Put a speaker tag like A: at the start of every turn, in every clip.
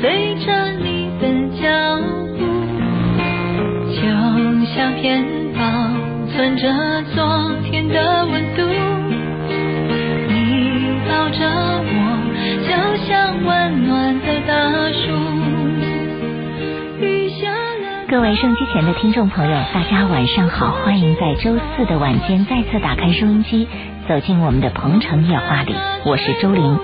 A: 追着你的脚步，就像片保存着昨天的温度。你抱着我，就像温暖的大树。雨下了，
B: 各位收音机前的听众朋友，大家晚上好，欢迎在周四的晚间再次打开收音机，走进我们的鹏城夜话里，我是周玲。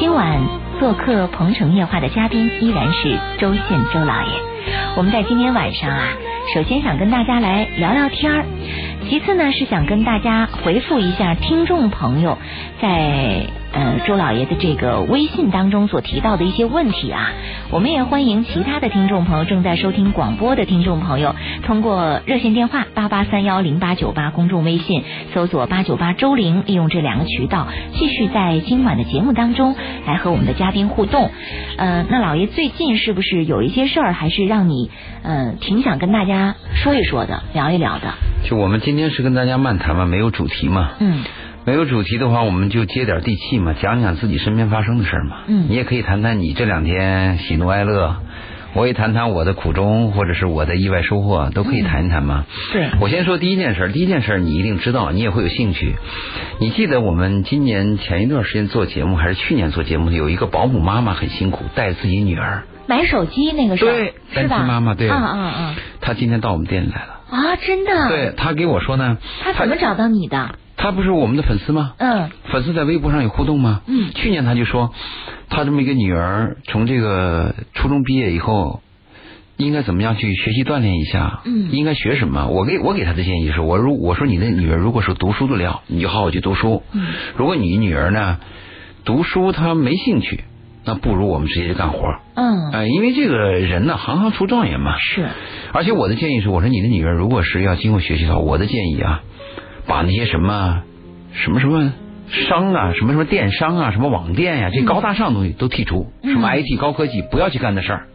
B: 今晚做客鹏城夜话的嘉宾依然是周宪周老爷。我们在今天晚上啊，首先想跟大家来聊聊天儿，其次呢是想跟大家回复一下听众朋友在呃周老爷的这个微信当中所提到的一些问题啊。我们也欢迎其他的听众朋友，正在收听广播的听众朋友，通过热线电话八八三幺零八九八公众微信搜索八九八周玲，利用这两个渠道继续在今晚的节目当中来和我们的嘉宾互动。呃，那老爷最近是不是有一些事儿，还是让你呃挺想跟大家说一说的，聊一聊的？
C: 就我们今天是跟大家漫谈嘛，没有主题嘛。
B: 嗯
C: 没有主题的话，我们就接点地气嘛，讲讲自己身边发生的事儿嘛。
B: 嗯
C: 你也可以谈谈你这两天喜怒哀乐，我也谈谈我的苦衷或者是我的意外收获，都可以谈一谈嘛。
B: 对
C: 我先说第一件事儿，第一件事儿你一定知道，你也会有兴趣。你记得我们今年前一段时间做节目，还是去年做节目，有一个保姆妈妈很辛苦，带自己女儿，
B: 买手机那个事儿，
C: 对
B: 是吧？
C: 单亲妈妈对
B: 啊啊
C: 她今天到我们店里来了。
B: 啊啊！真的？
C: 对，她给我说呢，
B: 他怎么找到你的？
C: 她不是我们的粉丝吗？
B: 嗯
C: 粉丝在微博上有互动吗？
B: 嗯
C: 去年他就说，他这么一个女儿从这个初中毕业以后，应该怎么样去学习锻炼一下？
B: 嗯
C: 应该学什么？我给我给他的建议是，我如我说你的女儿如果是读书的料，你就好好去读书。
B: 嗯
C: 如果你女儿呢，读书她没兴趣，那不如我们直接就干活。
B: 嗯，
C: 哎、因为这个人呢，行行出状元嘛。
B: 是
C: 而且我的建议是，我说你的女儿如果是要经过学习的话，我的建议啊，把那些什么什么什么商啊，什么什么电商啊，什么网店呀、这
B: 嗯
C: 高大上的东西都剔除，
B: 嗯
C: 什么 IT 高科技不要去干的事儿，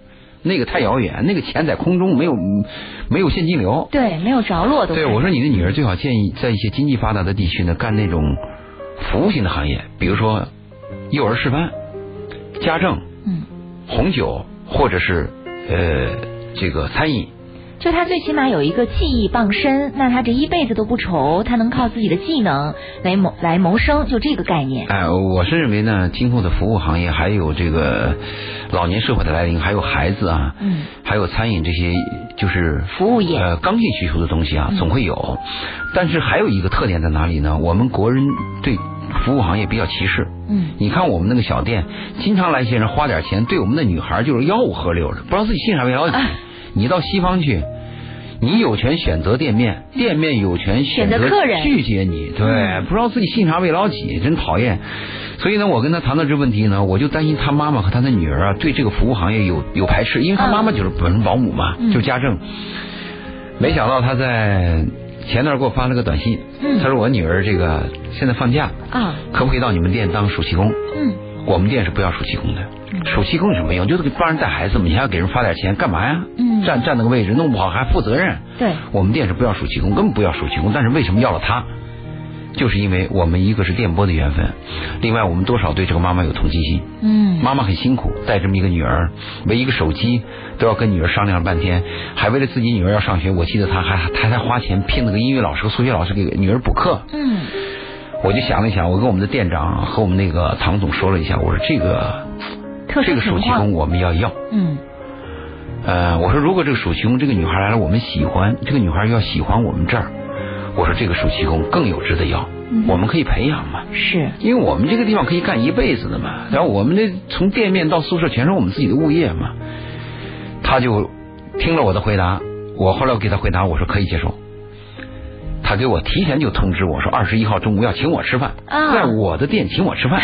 C: 那个太遥远，那个钱在空中没有没有现金流。
B: 对，没有着落都
C: 对，我说你的女儿最好建议在一些经济发达的地区呢，干那种服务性的行业，比如说幼儿示范、家政、
B: 嗯，
C: 红酒，或者是呃这个餐饮。
B: 就他最起码有一个技艺傍身，那他这一辈子都不愁，他能靠自己的技能来谋来谋生，就这个概念。
C: 哎，我是认为呢，今后的服务行业还有这个老年社会的来临，还有孩子啊，
B: 嗯
C: 还有餐饮这些就是
B: 服务业
C: 呃刚性需求的东西啊
B: 嗯，
C: 总会有。但是还有一个特点在哪里呢？我们国人对服务行业比较歧视。
B: 嗯，
C: 你看我们那个小店，经常来一些人花点钱，对我们的女孩就是吆五喝六的，不知道自己姓啥没了
B: 啊
C: 解。你到西方去，你有权选择店面，店面有权择
B: 选择客人
C: 拒绝你，对，
B: 嗯
C: 不知道自己姓啥没了解，真讨厌。所以呢，我跟他谈到这问题呢，我就担心他妈妈和他的女儿啊，对这个服务行业有有排斥，因为他
B: 嗯
C: 妈妈就是本身保姆嘛，
B: 嗯
C: 就家政。没想到他在前段给我发了个短信，
B: 嗯
C: 他说我女儿这个现在放假，
B: 啊
C: 可不可以到你们店当暑期工？
B: 嗯
C: 我们店是不要暑期工的
B: 嗯，
C: 暑期工有什么用？就是给帮人带孩子嘛，你还要给人发点钱干嘛呀？
B: 嗯
C: 占占那个位置，弄不好还负责任。
B: 对
C: 我们店是不要暑期工，根本不要暑期工。但是为什么要了他？就是因为我们一个是电波的缘分，另外我们多少对这个妈妈有同情心。
B: 嗯
C: 妈妈很辛苦，带这么一个女儿，为一个手机都要跟女儿商量了半天，还为了自己女儿要上学，我记得她还她还花钱聘了个英语老师和数学老师给女儿补课。
B: 嗯
C: 我就想了想，我跟我们的店长和我们那个唐总说了一下，我说这个
B: 特殊
C: 这个
B: 情
C: 暑期
B: 况
C: 工我们要要。
B: 嗯
C: 呃，我说如果这个暑期工这个女孩来了，我们喜欢这个女孩要喜欢我们这儿，我说这个暑期工更有值得要，
B: 嗯
C: 我们可以培养嘛。
B: 是
C: 因为我们这个地方可以干一辈子的嘛，然后我们这从店面到宿舍全是我们自己的物业嘛。他就听了我的回答，我后来我给他回答，我说可以接受。他给我提前就通知我说二十一号中午要请我吃饭，
B: 啊
C: 在我的店请 我吃饭，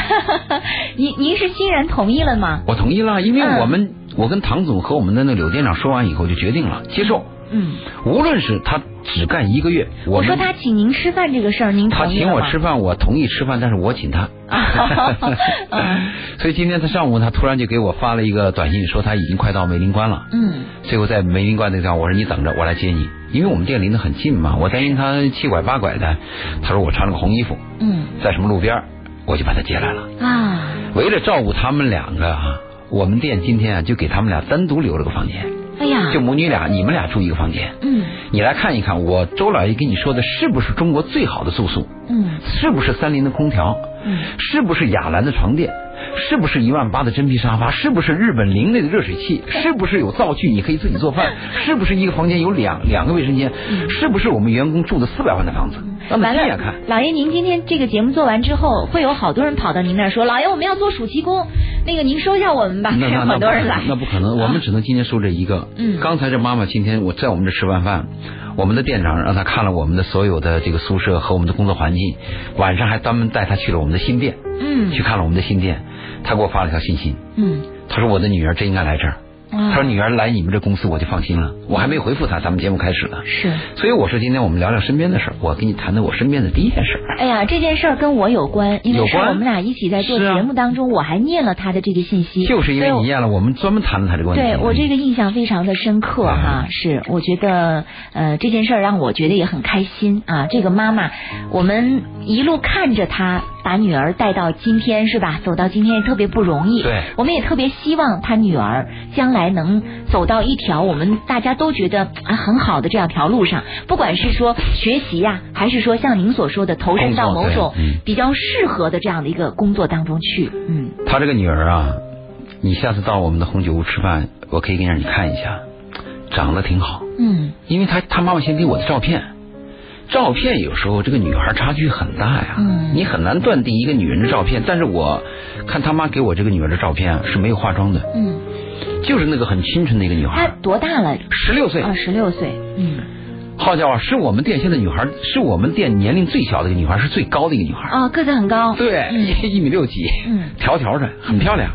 B: 您您是欣然同意了吗？
C: 我同意了，因为
B: 嗯
C: 我们、我跟唐总和我们的那个柳店长说完以后就决定了接受，
B: 嗯，
C: 无论是他只干一个月，
B: 我
C: 们
B: 说他请您吃饭这个事儿，您
C: 他
B: 同意
C: 请
B: 了
C: 我
B: 吗？
C: 吃饭，我同意吃饭，但是我请他。
B: 嗯
C: 所以今天他上午他突然就给我发了一个短信，说他已经快到梅林关了。
B: 嗯
C: 最后在梅林关那个地方，我说你等着，我来接你，因为我们店离得很近嘛，我担心他七拐八拐的。他说我穿了个红衣服，
B: 嗯
C: 在什么路边儿，我就把他接来了。
B: 啊
C: 为了照顾他们两个啊，我们店今天啊就给他们俩单独留了个房间，
B: 哎呀，
C: 就母女俩，你们俩住一个房间。
B: 嗯
C: 你来看一看，我周老爷跟你说的是不是中国最好的住宿？
B: 嗯
C: 是不是三菱的空调？
B: 嗯
C: 是不是雅兰的床垫？是不是一万八的真皮沙发？是不是日本林内的热水器？是不是有灶具你可以自己做饭？
B: 嗯
C: 是不是一个房间有两两个卫生间？是不是我们员工住的四百万的房子？让他
B: 嗯完
C: 们亲眼
B: 了
C: 看。，
B: 老爷，您今天这个节目做完之后，会有好多人跑到您那儿说：“老爷，我们要做暑期工，那个您收下我们吧。”
C: 那那那
B: 很
C: 不
B: 多人来啊
C: 那不可能，我们只能今天收这一个。
B: 嗯
C: 刚才这妈妈今天我在我们这吃完饭，我们的店长让她看了我们的所有的这个宿舍和我们的工作环境，晚上还专门带她去了我们的新店，
B: 嗯
C: 去看了我们的新店，她给我发了条信息，
B: 嗯
C: 她说我的女儿真应该来这儿，她
B: 啊，
C: 说女儿来你们这公司我就放心了，我还没有回复她，咱们节目开始了，
B: 是。
C: 所以我说今天我们聊聊身边的事儿，我跟你谈谈我身边的第一件事儿，
B: 哎呀，这件事儿跟我有关，因为
C: 有
B: 是
C: 关
B: 我们俩一起在做
C: 是啊
B: 节目当中，我还念了他的这个信息，
C: 就是因为
B: 所以
C: 你厌了，我们专门谈了她这个问嗯题。
B: 对我这个印象非常的深刻哈、是我觉得呃这件事儿让我觉得也很开心啊。这个妈妈，
C: 嗯
B: 我们一路看着她把女儿带到今天是吧？走到今天也特别不容易。
C: 对
B: 我们也特别希望她女儿将来能走到一条我们大家都觉得啊很好的这样条路上，不管是说学习呀、还是说像您所说的投身到
C: 工作
B: 某
C: 对
B: 种
C: 嗯
B: 比较适合的这样的一个工作当中去。嗯
C: 他这个女儿啊，你下次到我们的红酒屋吃饭，我可以给让你看一下，长得挺好。
B: 嗯
C: 因为她她妈妈先给我的照片，照片有时候这个女孩差距很大呀，
B: 嗯
C: 你很难断定一个女人的照片。但是我看她妈给我这个女儿的照片啊，是没有化妆的，
B: 嗯，
C: 就是那个很清纯的一个女
B: 她
C: 孩，
B: 多大了？
C: 十六岁。
B: 啊，十六岁，嗯，
C: 好家伙，是我们店现在女孩，是我们店年龄最小的一个女孩，是最高的一个女孩。
B: 啊、个子很高，
C: 对，一一米六几，
B: 嗯
C: 条条的，很漂亮。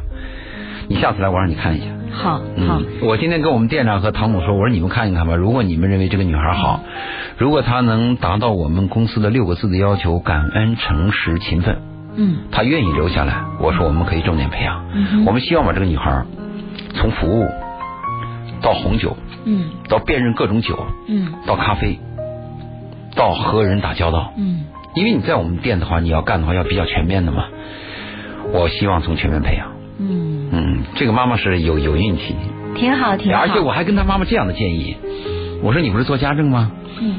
C: 你下次来，我让你看一下。
B: 好好
C: 嗯，，我今天跟我们店长和唐总说，我说你们看一看吧，如果你们认为这个女孩好，如果她能达到我们公司的六个字的要求，感恩、诚实、勤奋，
B: 嗯
C: 她愿意留下来，我说我们可以重点培养。
B: 嗯哼
C: 我们希望把这个女孩从服务到红酒，
B: 嗯
C: 到辨认各种酒，
B: 嗯
C: 到咖啡，到和人打交道，
B: 嗯
C: 因为你在我们店的话，你要干的话要比较全面的嘛。我希望从全面培养。
B: 嗯，
C: 嗯，这个妈妈是有有运气。
B: 挺好挺好，
C: 而且我还跟他妈妈这样的建议，我说你不是做家政吗？
B: 嗯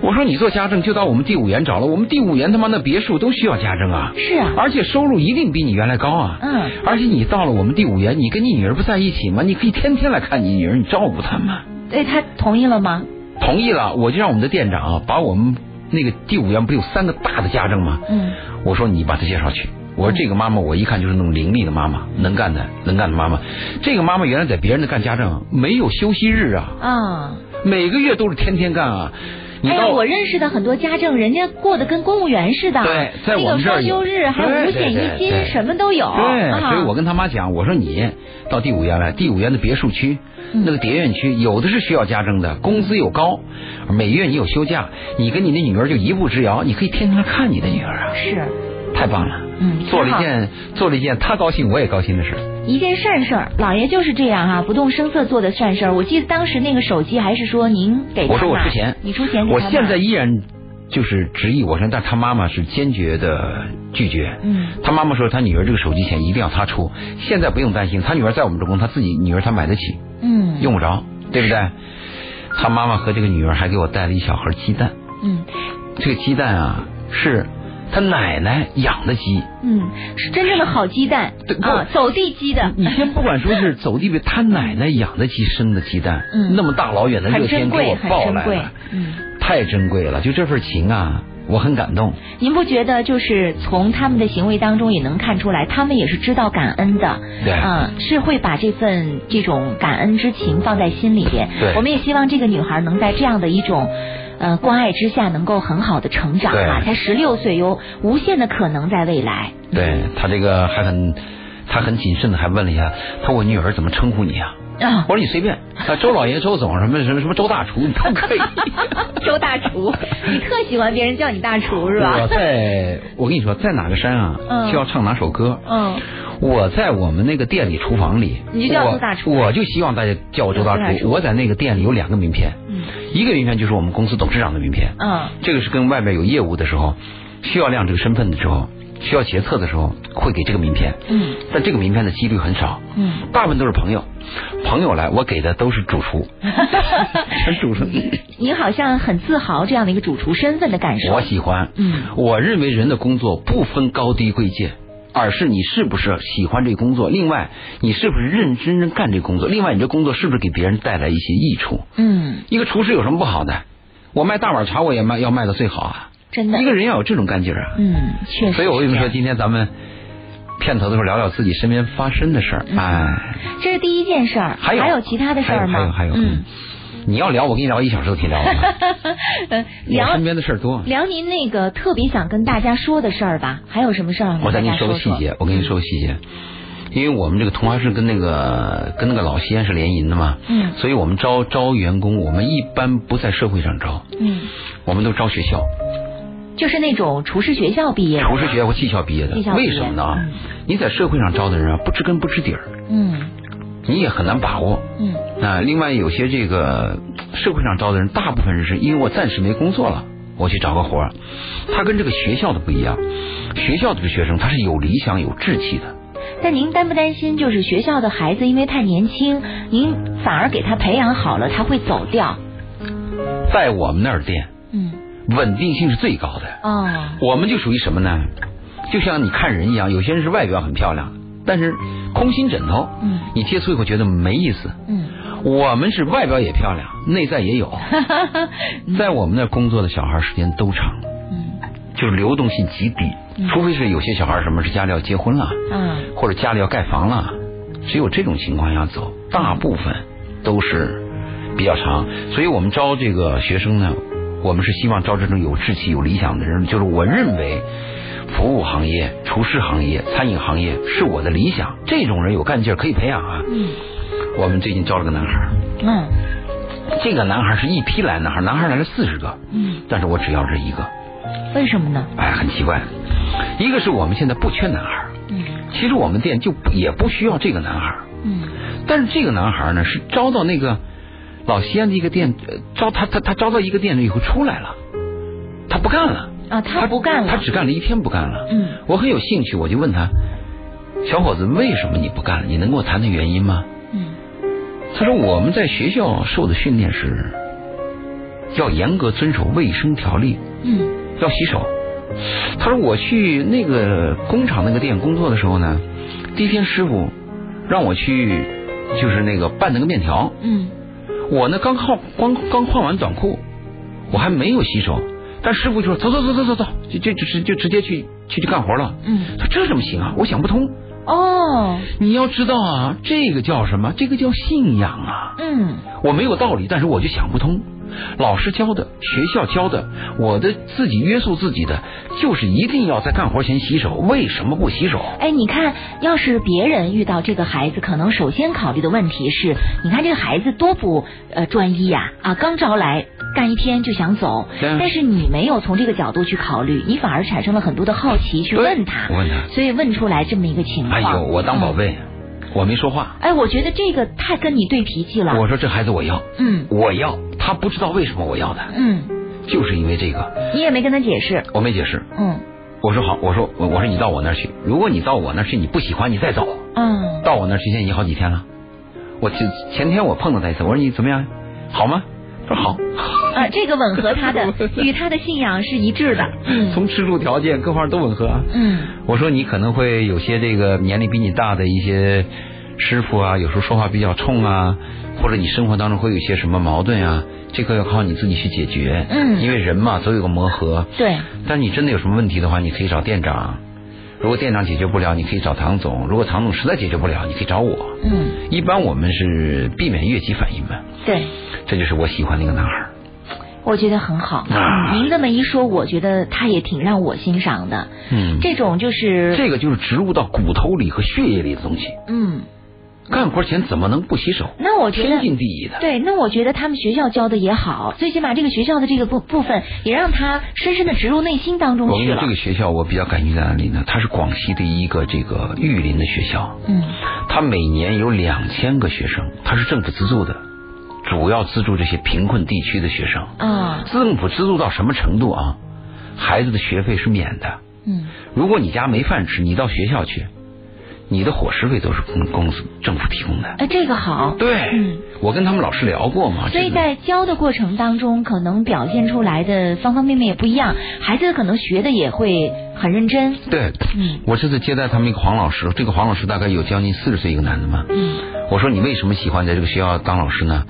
C: 我说你做家政就到我们第五园找了，我们第五园他妈那别墅都需要家政啊，
B: 是啊，
C: 而且收入一定比你原来高啊。
B: 嗯
C: 而且你到了我们第五园，你跟你女儿不在一起吗？你可以天天来看你女儿，你照顾她嘛。
B: 对他同意了吗？
C: 同意了，我就让我们的店长啊，把我们那个第五园不有三个大的家政吗？
B: 嗯
C: 我说你把她介绍去。我说这个妈妈，我一看就是那种伶俐的妈妈，能干的能干的妈妈。这个妈妈原来在别人那干家政啊，没有休息日啊。
B: 啊，
C: 每个月都是天天干啊。你
B: 还
C: 到、
B: 有哎我认识的很多家政，人家过得跟公务员似的，
C: 对在我
B: 那
C: 们
B: 个
C: 这儿
B: 双
C: 有
B: 休日，还有
C: 对
B: 五险
C: 对对
B: 一金，
C: 对
B: 什么都有，
C: 对，
B: 啊、
C: 所以我跟他妈讲，我说你到第五园来，第五园的别墅区，
B: 嗯
C: 那个蝶院区，有的是需要家政的，工资又高，每月你有休假，你跟你的女儿就一步之遥，你可以天天来看你的女儿啊，
B: 是
C: 太棒了。
B: 嗯
C: 做了
B: 挺
C: 一
B: 好
C: 件做了一件她高兴我也高兴的事。
B: 一件善事儿，老爷就是这样哈、不动声色做的善事儿。我记得当时那个手机还是说您给他
C: 我说我
B: 买
C: 出钱，
B: 你出钱给
C: 我
B: 他
C: 现
B: 买
C: 在依然就是执意，我说，但她妈妈是坚决的拒绝。
B: 嗯
C: 她妈妈说，她女儿这个手机钱一定要她出，现在不用担心，她女儿在我们这工，她自己女儿她买得起。
B: 嗯
C: 用不着，对不对？他妈妈和这个女儿还给我带了一小盒鸡蛋，
B: 嗯。
C: 这个鸡蛋啊是他奶奶养的鸡。
B: 嗯，是真正的好鸡蛋
C: 对
B: 啊，
C: 不
B: 走地鸡的，
C: 你先不管说是走地被他奶奶养的鸡生的鸡蛋，
B: 嗯
C: 那么大老远的热
B: 很珍
C: 天给我
B: 贵，很
C: 抱
B: 珍
C: 来
B: 贵
C: 了，。
B: 嗯，
C: 太珍贵了，就这份情啊，我很感动。
B: 您不觉得就是从他们的行为当中也能看出来，他们也是知道感恩的，
C: 对
B: 嗯，是会把这份这种感恩之情放在心里边。
C: 对
B: 我们也希望这个女孩能在这样的一种。呃，关爱之下能够很好的成长啊，
C: 对
B: 才十六岁，有无限的可能在未来。
C: 对
B: 嗯
C: 他这个还很，他很谨慎的还问了一下，他说我女儿怎么称呼你啊？
B: 啊
C: 我，说你随便，啊，周老爷、周总什么什么什么周大厨你 都可以。
B: 周大厨，你特喜欢别人叫你大厨是吧
C: 我？在，我跟你说，在哪个山啊，
B: 嗯
C: 就要唱哪首歌。
B: 嗯，
C: 我在我们那个店里厨房里，
B: 你就叫周大厨
C: 我，我就希望大家叫我周
B: 周大
C: 大
B: 厨
C: 厨。我在那个店里有两个名片，
B: 嗯
C: 一个名片就是我们公司董事长的名片，
B: 嗯
C: 这个是跟外面有业务的时候需要亮这个身份的时候，需要决策的时候会给这个名片，
B: 嗯
C: 但这个名片的几率很少，
B: 嗯，
C: 大部分都是朋友，朋友来我给的都是 主厨，全主厨，
B: 你好像很自豪这样的一个主厨身份的感受
C: 我。喜欢。
B: 嗯
C: 我认为人的工作不分高低贵贱，而是你是不是喜欢这个工作，另外你是不是认真真干这个工作，另外你这工作是不是给别人带来一些益处。
B: 嗯，
C: 一个厨师有什么不好的？我卖大碗茶，我也卖要卖的最好啊。
B: 真的
C: 一。个人要有这种干劲儿啊。
B: 嗯，确实。
C: 所以我为什么说？今天咱们片头的时候聊聊自己身边发生的事儿？
B: 嗯
C: 哎，
B: 这是第一件事儿，
C: 还有
B: 有其他的事儿吗？
C: 还有还有还有，
B: 嗯
C: 嗯，你要聊，我跟你聊一小时都可以聊完。
B: 呃，
C: 嗯我
B: 聊
C: 身边的事儿多。
B: 聊您那个特别想跟大家说的事儿吧，还有什么事儿？
C: 我再
B: 跟
C: 给
B: 大家
C: 你说
B: 说嗯
C: 个细节，我给你说个细节，因为我们这个同花顺跟那个跟那个老西安是联营的嘛，
B: 嗯
C: 所以我们招招员工，我们一般不在社会上招，
B: 嗯，
C: 我们都招学校，
B: 就是那种厨师学校毕业的。
C: 厨师学校或技校毕业的
B: 技校，毕业
C: 为什么呢？啊
B: 嗯？
C: 你在社会上招的人啊，不知根不知底儿，
B: 嗯
C: 你也很难把握。
B: 嗯
C: 那另外有些这个呃社会上招的人，大部分人是因为我暂时没工作了，我去找个活儿。他跟这个学校的不一样，学校的学生他是有理想、有志气的。
B: 但您担不担心，就是学校的孩子因为太年轻，您反而给他培养好了，他会走掉？
C: 在我们那儿店，
B: 嗯
C: 稳定性是最高的。
B: 哦
C: 我们就属于什么呢？就像你看人一样，有些人是外表很漂亮，但是空心枕头，
B: 嗯
C: 你接触以后觉得没意思。
B: 嗯
C: 我们是外表也漂亮，内在也有。
B: 啊
C: 在我们那儿工作的小孩时间都长，
B: 嗯
C: 就是流动性极低
B: 嗯，
C: 除非是有些小孩什么是家里要结婚了，
B: 嗯
C: 或者家里要盖房了，只有这种情况下走，大部分都是比较长。所以我们招这个学生呢，我们是希望招这种有志气、有理想的人。就是我认为，服务行业、厨师行业、餐饮行业是我的理想，这种人有干劲儿可以培养啊。
B: 嗯
C: 我们最近招了个男孩儿，
B: 嗯
C: 这个男孩儿是一批来的男孩儿，男孩儿来了四十个，
B: 嗯，
C: 但是我只要这一个，
B: 为什么呢？
C: 哎，很奇怪。一个是我们现在不缺男孩儿，
B: 嗯
C: 其实我们店就不也不需要这个男孩儿。
B: 嗯
C: 但是这个男孩呢，是招到那个老西安的一个店，呃招他他他招到一个店了以后出来了，他不干了，
B: 啊，他不干了。
C: 他只干了一天不干了。
B: 嗯
C: 我很有兴趣，我就问他，小伙子，为什么你不干了？你能跟我谈谈原因吗？
B: 嗯
C: 他说我们在学校受的训练是要严格遵守卫生条例，
B: 嗯
C: 要洗手。他说我去那个工厂那个店工作的时候呢，第一天师傅让我去就是那个拌那个面条，
B: 嗯
C: 我呢刚换刚刚换完短裤，我还没有洗手，但师傅就说走走走走走走，就就就就直接去去去干活了。
B: 嗯
C: 他说这怎么行啊？我想不通。
B: 哦
C: 你要知道啊，这个叫什么？这个叫信仰啊！
B: 嗯
C: 我没有道理，但是我就想不通。老师教的，学校教的，我的自己约束自己的，就是一定要在干活前洗手。为什么不洗手？
B: 哎，你看，要是别人遇到这个孩子，可能首先考虑的问题是，你看这个孩子多不呃专一呀、啊，刚招来干一天就想走，
C: 对啊
B: 但是你没有从这个角度去考虑，你反而产生了很多的好奇去
C: 对
B: 问他，
C: 我问啊他
B: 所以问出来这么一个情
C: 哎
B: 况。
C: 呦，我当宝
B: 嗯。
C: 贝，我没说话。
B: 哎，我觉得这个太跟你对脾气了。
C: 我说这孩子我要，
B: 嗯
C: 我要。他不知道为什么我要的。
B: 嗯，
C: 就是因为这个，
B: 你也没跟他解释。
C: 我没解释。
B: 嗯
C: 我说好，我说我我说你到我那儿去，如果你到我那儿去你不喜欢，你再走。
B: 嗯
C: 到我那儿之前已经好几天了，我前前天我碰到他一次，我说你怎么样，好吗？他说好，
B: 啊，这个吻合他 的，与他的信仰是一致的。嗯
C: 从吃住条件各方面都吻合啊。
B: 嗯
C: 我说你可能会有些这个年龄比你大的一些师傅啊，有时候说话比较冲啊，或者你生活当中会有一些什么矛盾啊，这个要靠你自己去解决。
B: 嗯
C: 因为人嘛，总有个磨合。
B: 对，
C: 但你真的有什么问题的话，你可以找店长。如果店长解决不了，你可以找唐总；如果唐总实在解决不了，你可以找我。
B: 嗯
C: 一般我们是避免越级反应嘛，
B: 对。
C: 这就是我喜欢那个男孩儿。
B: 我觉得很好。
C: 啊
B: 您这么一说，我觉得他也挺让我欣赏的。
C: 嗯，
B: 这种就是，
C: 这个就是植入到骨头里和血液里的东西。
B: 嗯，
C: 干活前怎么能不洗手？
B: 那我觉
C: 天
B: 得。
C: 经地义的。
B: 对，那我觉得他们学校教的也好，最起码这个学校的这个部部分也让他深深的植入内心当中
C: 我跟你
B: 去了
C: 说，这。个学校我比较感谢在哪里呢？它是广西的一个这个育林的学校，
B: 嗯
C: 它每年有两千个学生，它是政府资助的，主要资助这些贫困地区的学生。
B: 啊
C: 政府资助到什么程度啊？孩子的学费是免的，
B: 嗯
C: 如果你家没饭吃，你到学校去，你的伙食费都是公公司政府提供的。
B: 哎，这个好。
C: 对，
B: 嗯
C: 我跟他们老师聊过嘛，
B: 所以
C: 啊这个
B: 在教的过程当中，可能表现出来的方方面面也不一样，孩子可能学的也会很认真。
C: 对，
B: 嗯
C: 我这次接待他们一个黄老师，这个黄老师大概有将近四十岁一个男的嘛，
B: 嗯
C: 我说你为什么喜欢在这个学校当老师呢？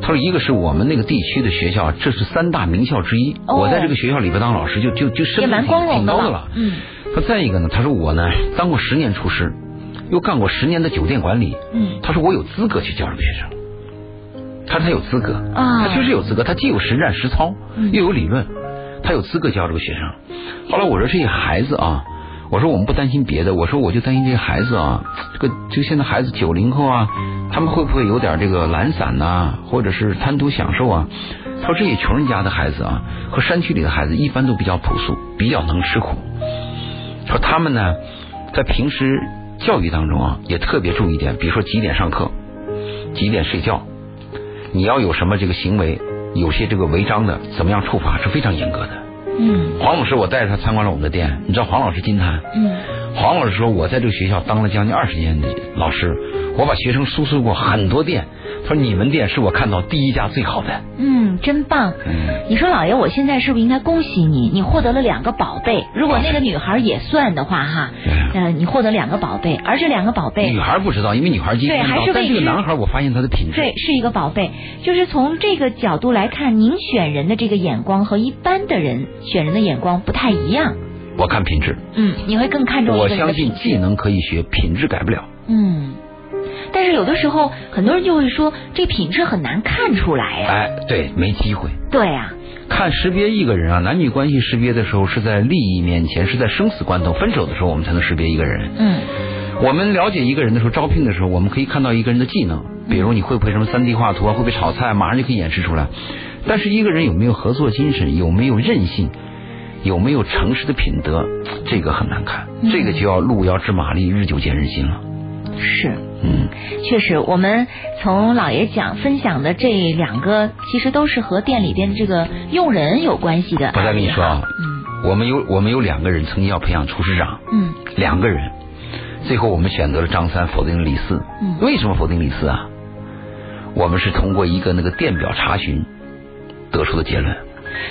C: 他说一个是我们那个地区的学校，这是三大名校之一，
B: 哦
C: 我在这个学校里边当老师就就就身
B: 也
C: 份
B: 蛮
C: 挺
B: 光荣
C: 挺
B: 的
C: 高
B: 了
C: 的了。
B: 嗯
C: 他再一个呢，他说我呢当过十年厨师，又干过十年的酒店管理，
B: 嗯
C: 他说我有资格去教这个学生，他说他有资格，
B: 啊
C: 他确实有资格，他既有实战实操，
B: 嗯
C: 又有理论，他有资格教这个学生。后来我说这些孩子啊，我说我们不担心别的，我说我就担心这些孩子啊，这个就现在孩子九零后啊，他们会不会有点这个懒散呐、或者是贪图享受啊？他说这些穷人家的孩子啊，和山区里的孩子一般都比较朴素，比较能吃苦。说他们呢，在平时教育当中啊，也特别注意一点，比如说几点上课，几点睡觉，你要有什么这个行为，有些这个违章的，怎么样处罚是非常严格的。
B: 嗯
C: 黄老师，我带着他参观了我们的店，你知道黄老师惊叹，
B: 嗯，
C: 黄老师说我在这个学校当了将近二十年的老师，我把学生输出过很多店，他说你们店是我看到第一家最好的。
B: 嗯，真棒。
C: 嗯，
B: 你说老爷，我现在是不是应该恭喜你？你获得了两个宝贝。如果那个女孩也算的话，哈，
C: 对
B: 呃，你获得两个宝贝，而这两个宝贝
C: 哎女孩不知道，因为女孩经
B: 对
C: 常
B: 还是
C: 知道，但
B: 未
C: 这个
B: 知
C: 男孩我发现他的品质
B: 对，是一个宝贝。就是从这个角度来看，您选人的这个眼光和一般的人选人的眼光不太一样。
C: 我看品质。
B: 嗯，你会更看重一
C: 我
B: 个人的
C: 相信
B: 品质
C: 技能可以学，品质改不了。
B: 嗯，但是有的时候很多人就会说，这品质很难看出来呀、
C: 哎，对，没机会。
B: 对啊呀、
C: 看识别一个人啊，男女关系识别的时候是在利益面前，是在生死关头、分手的时候，我们才能识别一个人。
B: 嗯
C: 我们了解一个人的时候，招聘的时候，我们可以看到一个人的技能，比如你会不会什么三 D 画图啊，会不会炒菜，马上就可以演示出来。但是一个人有没有合作精神，有没有韧性，有没有诚实的品德，这个很难看。
B: 嗯
C: 这个就要路遥知马力，日久见人心了。
B: 是。
C: 嗯，
B: 确实，我们从老爷讲分享的这两个，其实都是和店里边的这个用人有关系的。
C: 我再跟你说啊，
B: 嗯
C: 我们有我们有两个人曾经要培养厨师长，
B: 嗯
C: 两个人，最后我们选择了张三，否定了李四。
B: 嗯
C: 为什么否定李四啊？我们是通过一个那个电表查询得出的结论。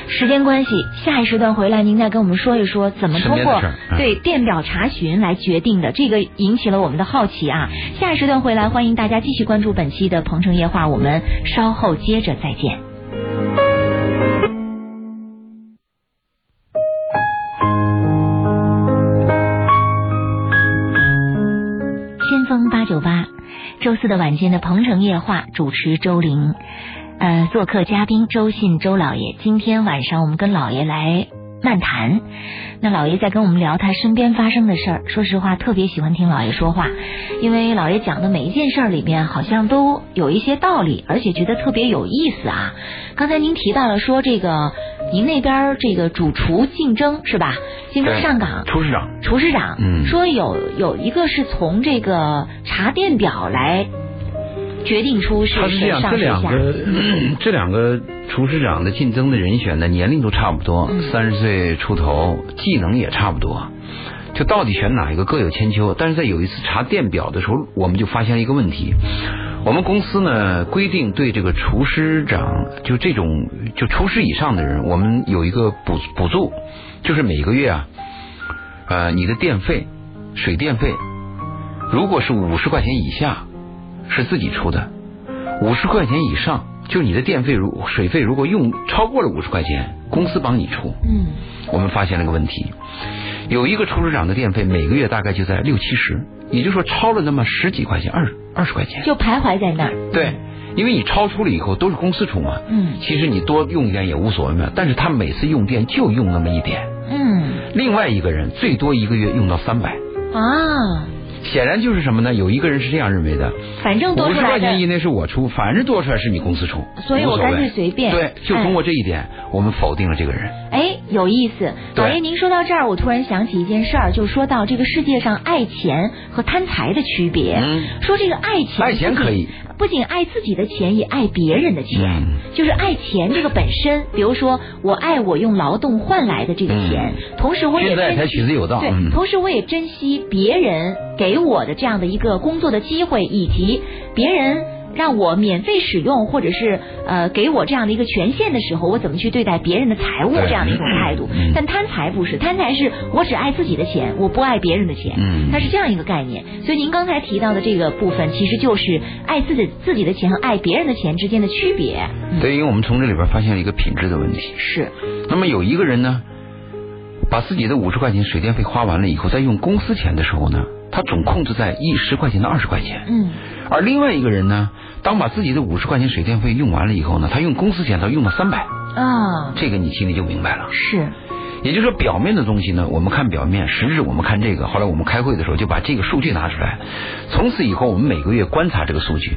B: 时间关系，下一时段回来您再跟我们说一说怎么通
C: 身边
B: 过
C: 的事儿嗯
B: 对电表查询来决定的，这个引起了我们的好奇啊。下一时段回来，欢迎大家继续关注本期的《鹏城夜话》，我们稍后接着再见。先锋八九八，周四的晚间的《鹏城夜话》主持周玲，呃，做客嘉宾周信周老爷。今天晚上我们跟老爷来漫谈，那老爷在跟我们聊他身边发生的事儿。说实话，特别喜欢听老爷说话，因为老爷讲的每一件事儿里面好像都有一些道理，而且觉得特别有意思啊。刚才您提到了说这个您那边儿这个主厨竞争是吧？竞争
C: 对
B: 上岗，
C: 厨师长，
B: 厨师长，
C: 嗯
B: 说有有一个是从这个查电表来决定出是
C: 他是这
B: 谁
C: 样，这
B: 上谁
C: 两
B: 下，
C: 个 这两个厨师长的竞争的人选呢，年龄都差不多
B: 嗯，
C: 三十岁出头，技能也差不多。就到底选哪一个各有千秋，但是在有一次查电表的时候，我们就发现了一个问题。我们公司呢规定对这个厨师长，就这种就厨师以上的人，我们有一个补补助，就是每个月啊，呃，你的电费、水电费，如果是五十块钱以下是自己出的，五十块钱以上，就你的电费如水费如果用超过了五十块钱，公司帮你出。
B: 嗯
C: 我们发现了个问题，有一个厨师长的电费每个月大概就在六七十，也就是说超了那么十几块钱、二二十块钱。
B: 就徘徊在那儿，
C: 对，因为你超出了以后都是公司出嘛，
B: 嗯
C: 其实你多用一点也无所谓嘛。但是他每次用电就用那么一点，
B: 嗯
C: 另外一个人最多一个月用到三百，
B: 啊，
C: 显然就是什么呢？有一个人是这样认为的，
B: 反正多
C: 五
B: 出
C: 十
B: 来
C: 块钱以
B: 的，
C: 内是我出，反正多出来是你公司出，
B: 所以我
C: 无谓
B: 干脆随便
C: 对，就通过这一点，我们否定了这个人。
B: 哎，有意思。
C: 对
B: 老爷，您说到这儿，我突然想起一件事儿，就说到这个世界上爱钱和贪财的区别。
C: 嗯
B: 说这个爱钱，
C: 爱钱可以，
B: 不仅爱自己的钱，也爱别人的钱，
C: 嗯
B: 就是爱钱这个本身。比如说，我爱我用劳动换来的这个钱，同时我也
C: 现在
B: 珍
C: 嗯才取之有道。
B: 对，
C: 嗯，
B: 同时我也珍惜别人给我的这样的一个工作的机会，以及别人让我免费使用，或者是呃给我这样的一个权限的时候，我怎么去对待别人的财务
C: 对
B: 这样的一种态度
C: 嗯？
B: 但贪财不是，贪财是我只爱自己的钱，我不爱别人的钱，
C: 嗯
B: 它是这样一个概念。所以您刚才提到的这个部分，其实就是爱自己自己的钱和爱别人的钱之间的区别。
C: 对，因为我们从这里边发现了一个品质的问题。
B: 是，
C: 那么有一个人呢，把自己的五十块钱水电费花完了以后，在用公司钱的时候呢，他总控制在一十块钱到二十块钱；
B: 嗯
C: 而另外一个人呢，当把自己的五十块钱水电费用完了以后呢，他用公司钱他用了三百，
B: 啊，
C: 这个你心里就明白了。
B: 是，
C: 也就是说，表面的东西呢，我们看表面，实质我们看这个。后来我们开会的时候就把这个数据拿出来，从此以后我们每个月观察这个数据。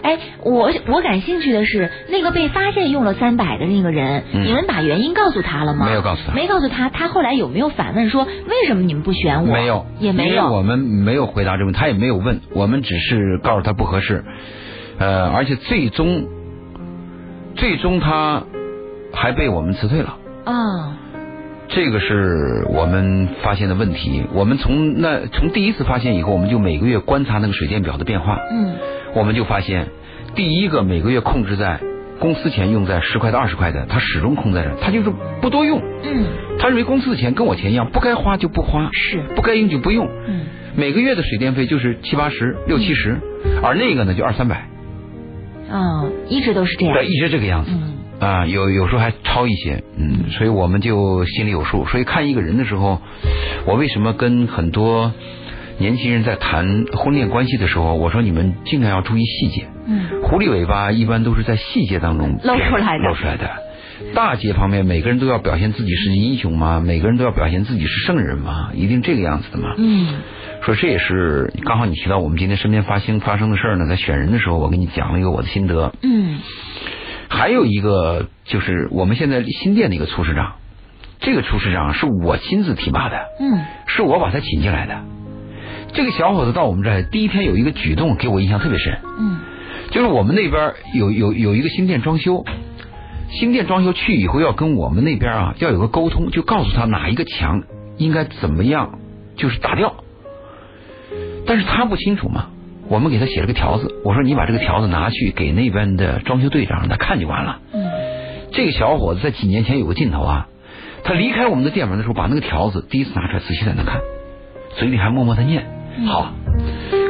B: 哎，我我感兴趣的是那个被发现用了三百的那个人，
C: 嗯
B: 你们把原因告诉他了吗？
C: 没有告诉他
B: 嗯没告诉他，他后来有没有反问说为什么你们不选我？
C: 没有，
B: 也没
C: 因为我
B: 有。
C: 们没有回答这个问题，他也没有问，我们只是告诉他不合适。呃，而且最终，最终他还被我们辞退了。
B: 啊，
C: 这个是我们发现的问题。我们从那从第一次发现以后，我们就每个月观察那个水电表的变化，
B: 嗯
C: 我们就发现，第一个每个月控制在公司钱用在十块到二十块的，他始终控制在这儿，他就是不多用。
B: 嗯，
C: 他认为公司的钱跟我钱一样，不该花就不花，
B: 是，
C: 不该用就不用。
B: 嗯
C: 每个月的水电费就是七八十、六七十，
B: 嗯
C: 而那个呢就二三百，
B: 啊，一直都是这样
C: 对，。一直这个样子
B: 嗯
C: 啊，有有时候还超一些，嗯，所以我们就心里有数。所以看一个人的时候，我为什么跟很多年轻人在谈婚恋关系的时候，我说你们尽量要注意细节。
B: 嗯
C: 狐狸尾巴一般都是在细节当中
B: 露出来的
C: 露出来的。大节方面，每个人都要表现自己是英雄嘛，每个人都要表现自己是圣人嘛，一定这个样子的嘛。
B: 嗯
C: 说这也是刚好你提到我们今天身边发生发生的事儿呢，在选人的时候，我跟你讲了一个我的心得。
B: 嗯
C: 还有一个就是我们现在新店的一个厨师长，这个厨师长是我亲自提拔的，
B: 嗯
C: 是我把他请进来的。这个小伙子到我们这儿第一天有一个举动给我印象特别深，
B: 嗯
C: 就是我们那边儿有有有一个新店装修，新店装修去以后要跟我们那边啊要有个沟通，就告诉他哪一个墙应该怎么样，就是打掉。但是他不清楚嘛，我们给他写了个条子，我说你把这个条子拿去给那边的装修队长让他看就完了。
B: 嗯
C: 这个小伙子在几年前有个劲头啊，他离开我们的店门的时候，把那个条子第一次拿出来仔细在那看，嘴里还默默的念。
B: 嗯
C: 好，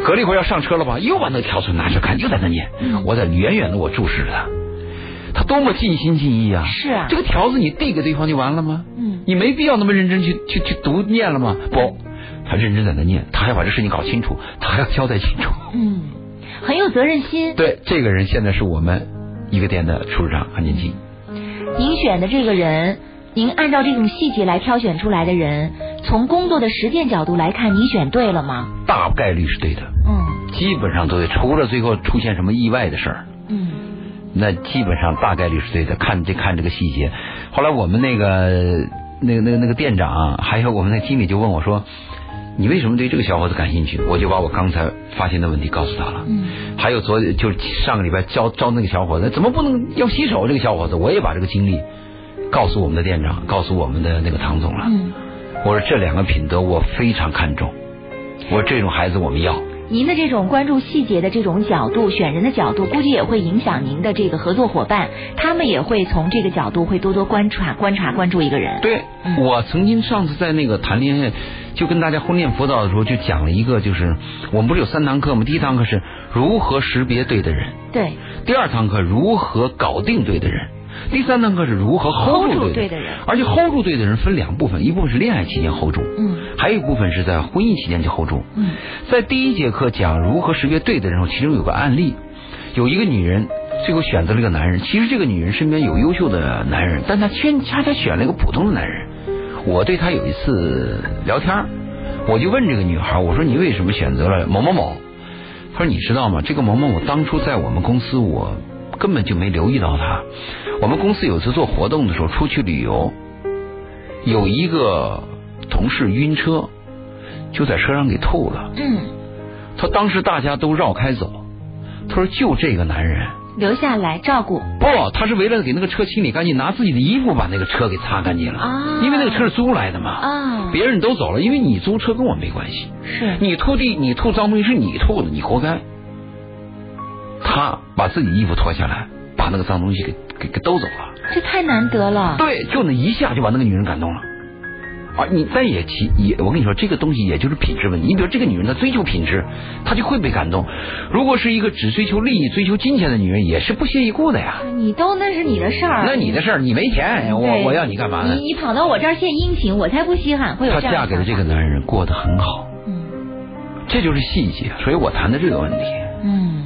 C: 隔了一会儿要上车了吧，又把那个条子拿出来看，又在那念。
B: 嗯
C: 我在远远的我注视着他，他多么尽心尽意啊！
B: 是啊
C: 这个条子你递给对方就完了吗？
B: 嗯
C: 你没必要那么认真去去去读念了吗？不，他认真在那念，他还要把这事情搞清楚，他还要交代清楚。
B: 嗯，很有责任心。
C: 对，这个人现在是我们一个店的厨师长，很年轻。
B: 您选的这个人，您按照这种细节来挑选出来的人，从工作的实践角度来看，您选对了吗？
C: 大概率是对的，
B: 嗯
C: 基本上都对，除了最后出现什么意外的事儿，
B: 嗯
C: 那基本上大概率是对的。看这看这个细节。后来我们那个那个那个那个店长，还有我们那经理就问我说：“你为什么对这个小伙子感兴趣？”我就把我刚才发现的问题告诉他了。
B: 嗯
C: 还有昨就是上个礼拜招招那个小伙子，怎么不能要洗手？这个小伙子，我也把这个经历告诉我们的店长，告诉我们的那个唐总了。
B: 嗯，
C: 我说这两个品德我非常看重，我说这种孩子我们要。
B: 您的这种关注细节的这种角度，选人的角度，估计也会影响您的这个合作伙伴，他们也会从这个角度会多多观察、观察、关注一个人。
C: 对，
B: 嗯
C: 我曾经上次在那个谈恋爱，就跟大家婚恋辅导的时候，就讲了一个，就是我们不是有三堂课吗？第一堂课是如何识别对的人，
B: 对，
C: 第二堂课如何搞定对的人，第三堂课是如何
B: hold
C: hold
B: 住
C: 住
B: 对
C: 对
B: 的人
C: 而且 hold 住对的人分两部分，一部分是恋爱期间 hold 住，
B: 嗯
C: 还有一部分是在婚姻期间就 hold 住。
B: 嗯
C: 在第一节课讲如何识别对的人，其中有个案例，有一个女人最后选择了一个男人。其实这个女人身边有优秀的男人，但她偏恰恰选了一个普通的男人。我对她有一次聊天儿，我就问这个女孩，我说你为什么选择了某某某？她说你知道吗？这个某某某当初在我们公司我根本就没留意到他。我们公司有一次做活动的时候出去旅游，有一个同事晕车，就在车上给吐了。
B: 嗯
C: 他当时大家都绕开走，他说就这个男人，
B: 留下来照顾。
C: 不，他是为了给那个车清理干净，拿自己的衣服把那个车给擦干净了。
B: 啊
C: 因为那个车是租来的嘛。
B: 啊
C: 别人都走了，因为你租车跟我没关系。
B: 是
C: 你吐地，你吐脏东西是你吐的，你活该。他把自己衣服脱下来，把那个脏东西给给给兜走了。
B: 这太难得了。
C: 对，就那一下就把那个女人感动了。啊，你但也其也，我跟你说，这个东西也就是品质问题。你比如这个女人，她追求品质，她就会被感动。如果是一个只追求利益、追求金钱的女人，也是不屑一顾的呀。
B: 你都那是你的事儿，
C: 那你的事儿，你没钱，哎我
B: 嗯对
C: 我要你干嘛呢
B: 你？你跑到我这儿献殷勤，我才不稀罕，会有
C: 她
B: 这样的
C: 嫁给了这个男人，过得很好，
B: 想法。嗯
C: 这就是细节。所以我谈的这个问题，
B: 嗯，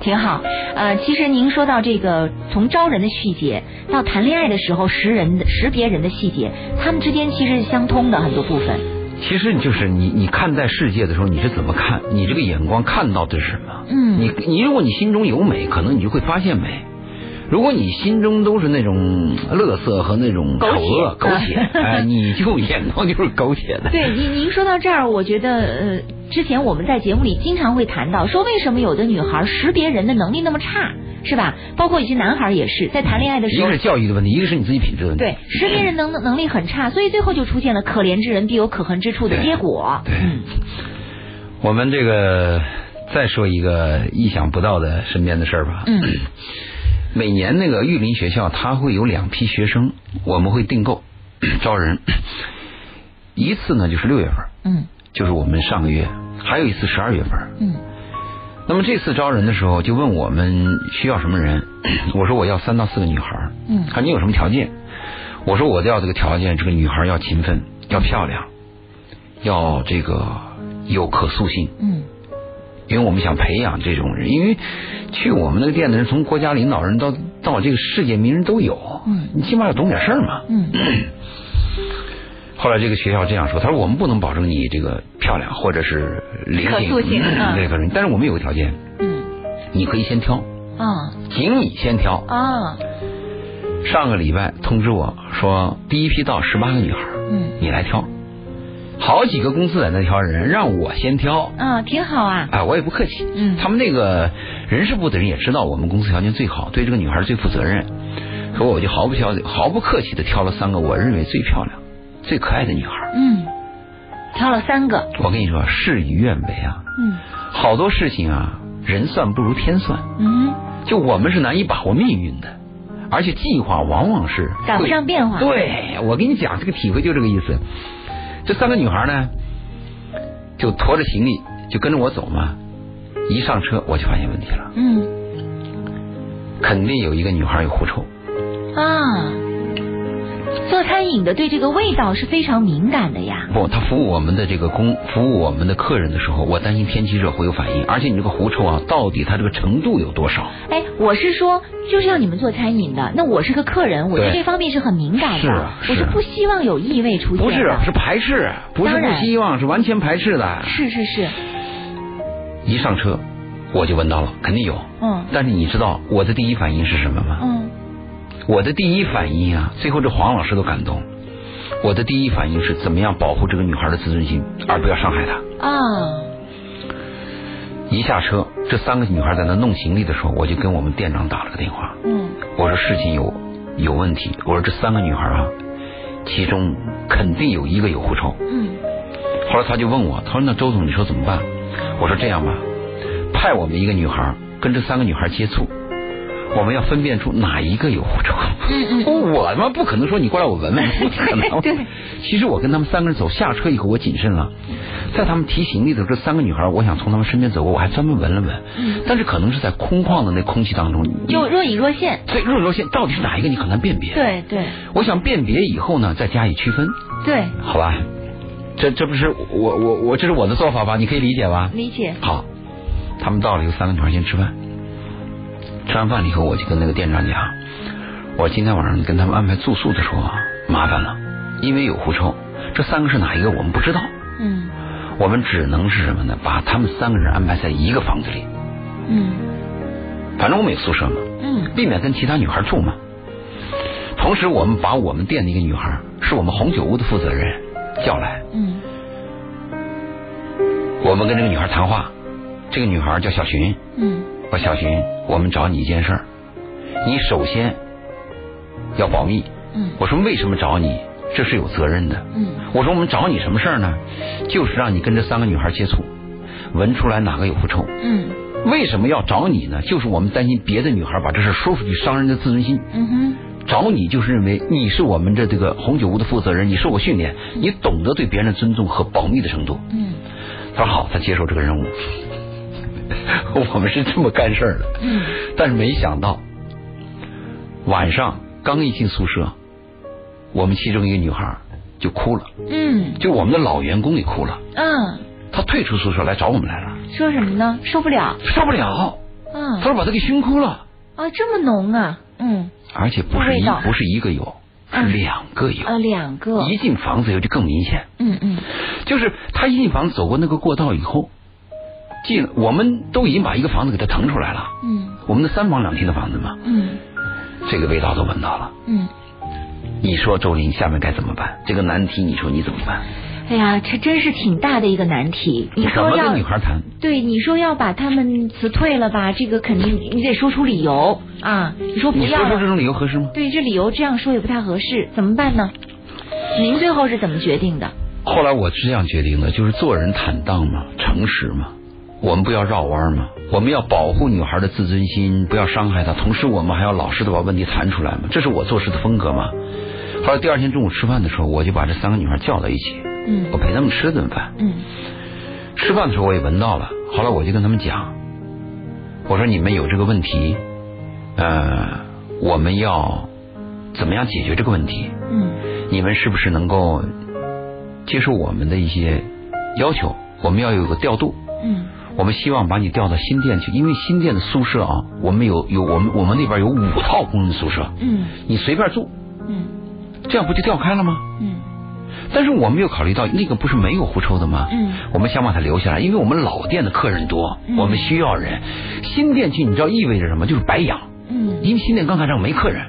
B: 挺好。呃，其实您说到这个，从招人的细节到谈恋爱的时候识人的识别人的细节，他们之间其实是相通的很多部分。
C: 其实你就是你，你看待世界的时候，你是怎么看？你这个眼光看到的是什么？
B: 嗯
C: 你你如果你心中有美，可能你就会发现美；如果你心中都是那种乐色和那种丑恶、
B: 苟
C: 苟
B: 且
C: 且，哎，你就眼光就是苟且的。
B: 对您您说到这儿，我觉得呃，之前我们在节目里经常会谈到，说为什么有的女孩识别人的能力那么差，是吧？包括有些男孩也是在谈恋爱的
C: 一
B: 时候
C: 个是。教育的问题，一个是你自己品质的问题。
B: 对，识别人能能力很差，所以最后就出现了可怜之人必有可恨之处的结果。嗯
C: 对我们这个再说一个意想不到的身边的事儿吧。
B: 嗯，
C: 每年那个玉林学校，它会有两批学生，我们会订购 招人。一次呢就是六月份，
B: 嗯
C: 就是我们上个月；还有一次十二月份。
B: 嗯
C: 那么这次招人的时候，就问我们需要什么人。 我说我要三到四个女孩儿。
B: 嗯
C: 看你有什么条件。我说我要这个条件，这个女孩儿要勤奋，要漂亮，要这个有可塑性。
B: 嗯
C: 因为我们想培养这种人，因为去我们那个店的人，从国家领导人到到这个世界名人都有，
B: 嗯
C: 你起码要懂点事儿嘛。
B: 嗯
C: 后来这个学校这样说，他说我们不能保证你这个漂亮或者是灵
B: 可
C: 性，
B: 塑性嗯
C: 对可塑性，但是我们有个条件，
B: 嗯
C: 你可以先挑，
B: 啊
C: 仅你先挑。
B: 啊
C: 上个礼拜通知我说，第一批到十八个女孩儿，
B: 嗯
C: 你来挑，好几个公司在那挑人，让我先挑。
B: 啊，挺好啊。
C: 哎，我也不客气。
B: 嗯
C: 他们那个人事部的人也知道我们公司条件最好，对这个女孩最负责任，所以我就毫不消毫不客气的挑了三个我认为最漂亮、最可爱的女孩。
B: 嗯，挑了三个。
C: 我跟你说，事与愿违啊，
B: 嗯
C: 好多事情啊，人算不如天算，
B: 嗯，
C: 就我们是难以把握命运的，而且计划往往是
B: 赶不
C: 会
B: 上变化。
C: 对，我跟你讲，这个体会就这个意思。这三个女孩呢，就驮着行李就跟着我走嘛。一上车我就发现问题了，
B: 嗯
C: 肯定有一个女孩有狐臭。
B: 啊，做餐饮的对这个味道是非常敏感的呀。
C: 不，她服务我们的这个工，服务我们的客人的时候，我担心天气热会有反应，而且你这个狐臭啊，到底它这个程度有多少？
B: 哎，我是说，就是像你们做餐饮的，那我是个客人，我对
C: 对
B: 这方面是很敏感的，
C: 是啊是啊
B: 我是不希望有异味出现的。
C: 不是，啊是排斥，不是
B: 啊当
C: 不
B: 然
C: 希望，是完全排斥的。
B: 是是是，
C: 一上车我就闻到了，肯定有。
B: 嗯
C: 但是你知道我的第一反应是什么吗？
B: 嗯
C: 我的第一反应啊，最后这黄老师都感动。我的第一反应是怎么样保护这个女孩的自尊心，而不要伤害她。
B: 啊
C: 一下车，这三个女孩在那弄行李的时候，我就跟我们店长打了个电话，
B: 嗯
C: 我说事情有有问题，我说这三个女孩啊，其中肯定有一个有狐臭。
B: 嗯
C: 后来他就问我，他说那周总你说怎么办？我说这样吧，派我们一个女孩跟这三个女孩接触，我们要分辨出哪一个有狐臭。
B: 嗯嗯，
C: 我他妈不可能说你过来我闻闻，不可 能。
B: 对，
C: 其实我跟他们三个人走下车以后，我谨慎了。在他们提行李的时候，这三个女孩，我想从他们身边走过，我还专门闻了闻。
B: 嗯
C: 但是可能是在空旷的那空气当中，
B: 就若隐若现。
C: 所以若若线到底是哪一个，你很难辨别。，
B: 对对
C: 我想辨别以后呢，再加以区分，
B: 对，
C: 好吧？这这不是我我我这是我的做法吧？你可以理解吧？
B: 理解。
C: 好，他们到了以后，三个女孩先吃饭。吃完饭了以后，我就跟那个店长讲，我今天晚上跟他们安排住宿的时候啊，麻烦了，因为有狐臭，这三个是哪一个我们不知道，
B: 嗯
C: 我们只能是什么呢？把他们三个人安排在一个房子里，
B: 嗯
C: 反正我们有宿舍嘛，
B: 嗯
C: 避免跟其他女孩住嘛。同时，我们把我们店的一个女孩，是我们红酒屋的负责人叫来，
B: 嗯
C: 我们跟这个女孩谈话，这个女孩叫小寻，
B: 嗯
C: 我小寻，我们找你一件事儿，你首先要保密。
B: 嗯
C: 我说为什么找你？这是有责任的。
B: 嗯
C: 我说我们找你什么事儿呢？就是让你跟这三个女孩接触，闻出来哪个有狐臭。
B: 嗯
C: 为什么要找你呢？就是我们担心别的女孩把这事说出去，伤人的自尊心。
B: 嗯哼
C: 找你就是认为你是我们这这个红酒屋的负责人，你受过训练，你懂得对别人的尊重和保密的程度。
B: 嗯
C: 他说好，他接受这个任务。 我们是这么干事儿的，
B: 嗯
C: 但是没想到晚上刚一进宿舍，我们其中一个女孩就哭了，
B: 嗯
C: 就我们的老员工也哭了，
B: 嗯，
C: 她退出宿舍来找我们来了，
B: 说什么呢？受不了。
C: 受不了，
B: 嗯
C: 她说把她给熏哭了，
B: 啊，这么浓啊。嗯
C: 而且不是
B: 味
C: 一
B: 道
C: 不是一个有，是
B: 嗯
C: 两个有，
B: 啊，两个。
C: 一进房子以后就更明显。
B: 嗯嗯
C: 就是他一进房走过那个过道以后，进我们都已经把一个房子给他腾出来了，
B: 嗯
C: 我们的三房两厅的房子嘛，
B: 嗯
C: 这个味道都闻到了。
B: 嗯。
C: 你说周林下面该怎么办？这个难题，你说你怎么办？
B: 哎呀，这真是挺大的一个难题。你
C: 怎
B: 说
C: 么
B: 要
C: 跟女孩谈？
B: 对，你说要把他们辞退了吧？这个肯定你得说出理由啊！你说不
C: 你
B: 要
C: 说出这
B: 了，
C: 种理由合适吗？
B: 对，这理由这样说也不太合适，怎么办呢？您最后是怎么决定的？
C: 后来我是这样决定的，就是做人坦荡嘛，诚实嘛，我们不要绕弯嘛，我们要保护女孩的自尊心，不要伤害她，同时我们还要老实的把问题谈出来嘛，这是我做事的风格嘛。后来第二天中午吃饭的时候，我就把这三个女孩叫到一起，我
B: 嗯
C: 陪他们吃顿饭。
B: 嗯
C: 吃饭的时候我也闻到了，后来我就跟他们讲，我说你们有这个问题，呃，我们要怎么样解决这个问题？
B: 嗯
C: 你们是不是能够接受我们的一些要求？我们要有个调度，
B: 嗯
C: 我们希望把你调到新店去，因为新店的宿舍啊，我们有有我们我们那边有五套工人宿舍，
B: 嗯
C: 你随便住，
B: 嗯
C: 这样不就调开了吗？
B: 嗯
C: 但是我们又考虑到那个不是没有狐臭的吗？
B: 嗯
C: 我们想把它留下来，因为我们老店的客人多，
B: 嗯
C: 我们需要人。新店去，你知道意味着什么？就是白养，
B: 嗯
C: 因为新店刚开张没客人。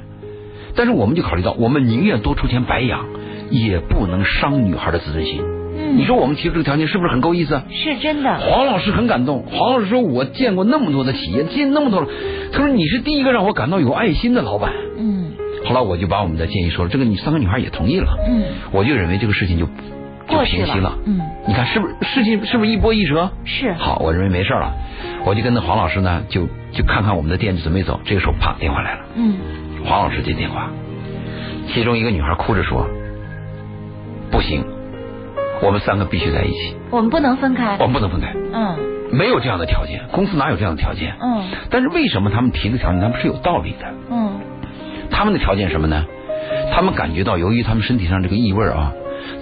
C: 但是我们就考虑到，我们宁愿多出钱白养，也不能伤女孩的自尊心。
B: 嗯，
C: 你说我们提出这个条件是不是很够意思啊？
B: 是真的？
C: 黄老师很感动，黄老师说：“我见过那么多的企业，见那么多了，他说你是第一个让我感到有爱心的老板。”
B: 嗯
C: 后来我就把我们的建议说了，这个你三个女孩也同意了。
B: 嗯，
C: 我就认为这个事情就就
B: 过去
C: 平息了。
B: 嗯，
C: 你看是不是事情是不是一波一折？
B: 是
C: 好，我认为没事了，我就跟那黄老师呢，就就看看我们的店准备走。这个时候，啪，电话来了，
B: 嗯
C: 黄老师接电话，其中一个女孩哭着说：“不行，我们三个必须在一起，
B: 我们不能分开
C: 我。们不能分开，
B: 嗯
C: 没有这样的条件，公司哪有这样的条件？
B: 嗯
C: 但是为什么他们提的条件，他们是有道理的？
B: 嗯
C: 他们的条件是什么呢？他们感觉到，由于他们身体上这个异味儿啊，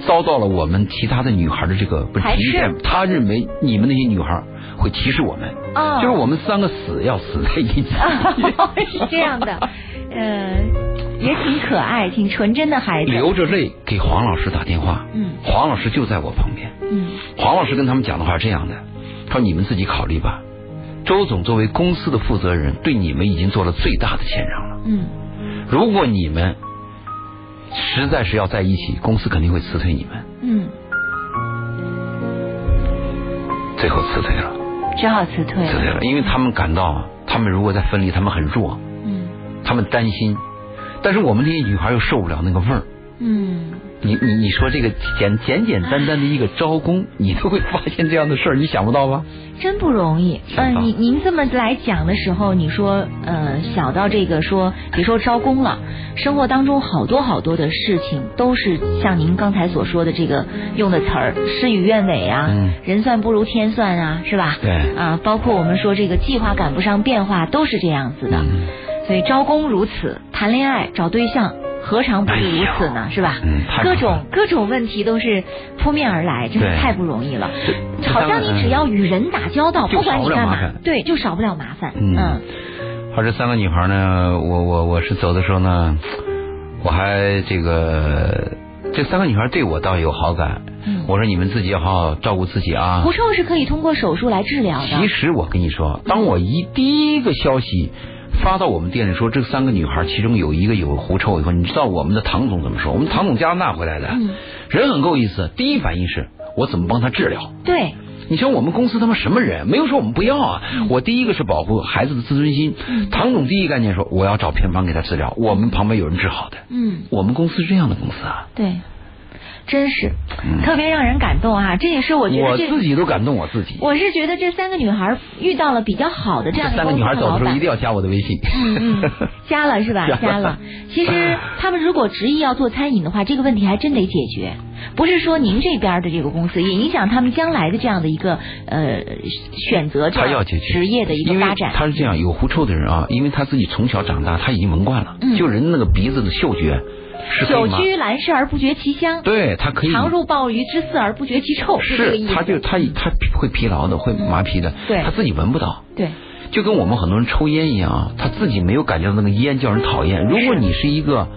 C: 遭到了我们其他的女孩的这个不是
B: 排斥
C: 歧视，他认为你们那些女孩会歧视我们，
B: 啊，
C: 就是我们三个死要死在一 起。
B: 是这样的，呃，也挺可爱、挺纯真的孩子。
C: 流着泪给黄老师打电话，
B: 嗯
C: 黄老师就在我旁边。
B: 嗯
C: 黄老师跟他们讲的话是这样的，他说：“你们自己考虑吧。周总作为公司的负责人，对你们已经做了最大的谦让了。
B: 嗯
C: 如果你们实在是要在一起，公司肯定会辞退你们。”
B: 嗯，
C: 最后辞退了，
B: 只好辞退
C: 辞退
B: 了。
C: 了，因为他们感到他们如果再分离，他们很弱，
B: 嗯
C: 他们担心。但是我们那些女孩又受不了那个味儿。
B: 嗯，
C: 你你你说这个简简简单单的一个招工，你都会发现这样的事儿，你想不到吧？
B: 真不容易。嗯、
C: 想到
B: 你您这么来讲的时候，你说呃，小到这个说，比如说招工了，生活当中好多好多的事情都是像您刚才所说的这个用的词儿，事与愿违啊，
C: 嗯
B: 人算不如天算啊，是吧？
C: 对
B: 啊，包括我们说这个计划赶不上变化，都是这样子的。
C: 嗯
B: 所以招工如此，谈恋爱找对象何尝不是如此呢？是吧？
C: 嗯太麻烦
B: 各种各种问题都是扑面而来，真的
C: 对
B: 太不容易了。
C: 这嗯
B: 好像你只要与人打交道，
C: 就
B: 不管
C: 少
B: 你
C: 不了
B: 干嘛
C: 麻烦，
B: 对，就少不了麻烦。
C: 嗯
B: 嗯
C: 而这三个女孩呢，我我我是走的时候呢，我还这个这三个女孩对我倒有好感。
B: 嗯
C: 我说你们自己要好好照顾自己啊。
B: 狐臭是可以通过手术来治疗的。
C: 其实我跟你说，当我一第一个消息发到我们店里说这三个女孩其中有一个有狐臭以后，你知道我们的唐总怎么说？我们唐总加拿大回来的，
B: 嗯
C: 人很够意思，第一反应是我怎么帮她治疗？
B: 对，
C: 你像我们公司他妈什么人？没有说我们不要啊。
B: 嗯
C: 我第一个是保护孩子的自尊心。唐总第一概念说我要找偏方给他治疗，我们旁边有人治好的。
B: 嗯，
C: 我们公司是这样的公司啊。
B: 对，真是
C: 嗯
B: 特别让人感动啊！这也是我觉得
C: 我
B: 这
C: 自己都感动我自己。
B: 我是觉得这三个女孩遇到了比较好的这
C: 这
B: 样的
C: 三个
B: 公司
C: 女孩
B: 的
C: 走
B: 老
C: 的时候
B: 板
C: 一定要加我的微信。
B: 嗯 嗯，加了是吧？
C: 加了
B: 加了。其实他们如果执意要做餐饮的话，这个问题还真得解决。不是说您这边的这个公司也影响他们将来的这样的一个呃选择，这
C: 他要
B: 样
C: 解决
B: 职业的一个
C: 因为
B: 发展。
C: 他是这样，有狐臭的人啊，因为他自己从小长大，他已经闻惯了，
B: 嗯
C: 就人那个鼻子的嗅觉是可
B: 久
C: 以吗？
B: 居兰室而不觉其香，
C: 对他可以
B: 常入鲍鱼之肆而不觉其臭，是这个
C: 是
B: 意，思。嗯
C: 他就他他会疲劳的，会麻痹的，
B: 对
C: 他自己闻不到。
B: 对，
C: 就跟我们很多人抽烟一样啊，他自己没有感觉到那个烟叫人讨
B: 嗯
C: 厌。如果你是一个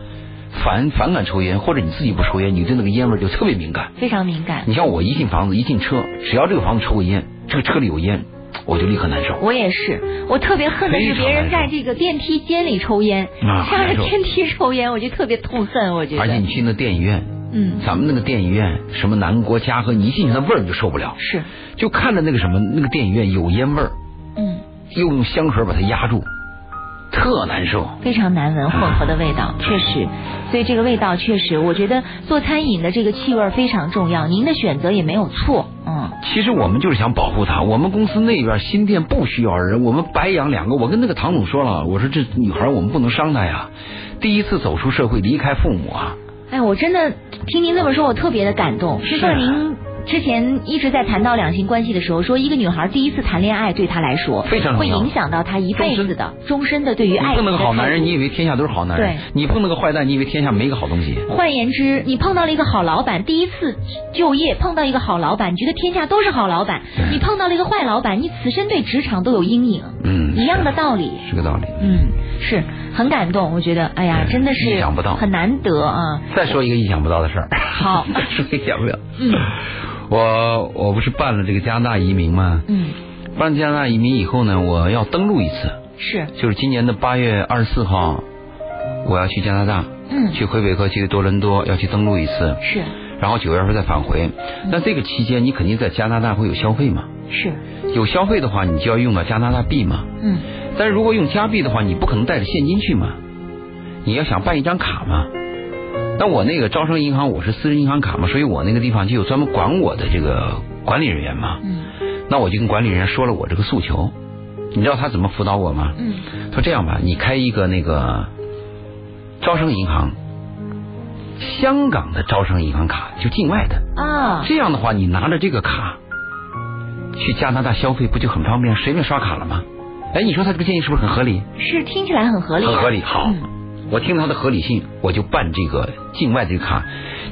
C: 反反感抽烟，或者你自己不抽烟，你对那个烟味儿就特别敏感。
B: 非常敏感。
C: 你像我一进房子，一进车，只要这个房子抽个烟，这个车里有烟，我就立刻难受。
B: 我也是，我特别恨的是
C: 非常
B: 别人在
C: 难受
B: 这个电梯间里抽烟，
C: 啊
B: 下了
C: 难受
B: 电梯抽烟，我就特别痛恨。我觉
C: 而且
B: 得
C: 你，去那电影院，
B: 嗯，
C: 咱们那个电影院，什么南国嘉禾，你一进去那味儿你就受不了，
B: 是，
C: 就看着那个什么那个电影院有烟味儿，
B: 嗯。
C: 又用香水把它压住，特难受。
B: 非常难闻混合的味 道，确实，所以这个味道确实，我觉得做餐饮的这个气味非常重要。您的选择也没有错，嗯，
C: 其实我们就是想保护他，我们公司那边新店不需要人，我们白养两个。我跟那个唐总说了，我说这女孩我们不能伤她呀，第一次走出社会离开父母啊，
B: 哎，我真的听您这么说，我特别的感动。啊
C: 是
B: 就像您之前一直在谈到两性关系的时候，说一个女孩第一次谈恋爱对她来说
C: 非常重
B: 会
C: 要
B: 影响到她一辈子的终身的对于
C: 你
B: 爱情的
C: 碰到个
B: 态
C: 好
B: 度
C: 男人，你以为天下都是好男人
B: 对；
C: 你碰到个坏蛋，你以为天下没个好东西。
B: 换言之，你碰到了一个好老板，第一次就业碰到一个好老板，你觉得天下都是好老板；你碰到了一个坏老板，你此生对职场都有阴影。
C: 嗯，
B: 一样的
C: 是
B: 道理。
C: 是个道理。
B: 嗯，是很感动，我觉得，哎呀，
C: 对
B: 真的是
C: 意想不到
B: 很难得啊。
C: 再说一个意想不到的事儿。
B: 好
C: 再说一个意想不到。
B: 嗯
C: 我我不是办了这个加拿大移民吗？
B: 嗯，
C: 办加拿大移民以后呢，我要登陆一次，
B: 是，
C: 就是今年的八月二十四号，我要去加拿大，
B: 嗯，
C: 去魁北克，去多伦多，要去登陆一次，
B: 是
C: 然后九月份再返回。
B: 嗯
C: 那这个期间，你肯定在加拿大会有消费嘛？
B: 是，
C: 有消费的话，你就要用到加拿大币嘛。
B: 嗯，
C: 但是如果用加币的话，你不可能带着现金去嘛，你要想办一张卡嘛。那我那个招商银行我是私人银行卡嘛，所以我那个地方就有专门管我的这个管理人员嘛。
B: 嗯
C: 那我就跟管理人员说了我这个诉求，你知道他怎么辅导我吗？
B: 嗯
C: 他说这样吧，你开一个那个招商银行，香港的招商银行卡，就境外的。
B: 啊，
C: 这样的话，你拿着这个卡去加拿大消费，不就很方便，随便刷卡了吗？哎，你说他这个建议是不是很合理？
B: 是听起来很合理，啊
C: 很合理。好，
B: 嗯
C: 我听他的合理性，我就办这个境外这个卡。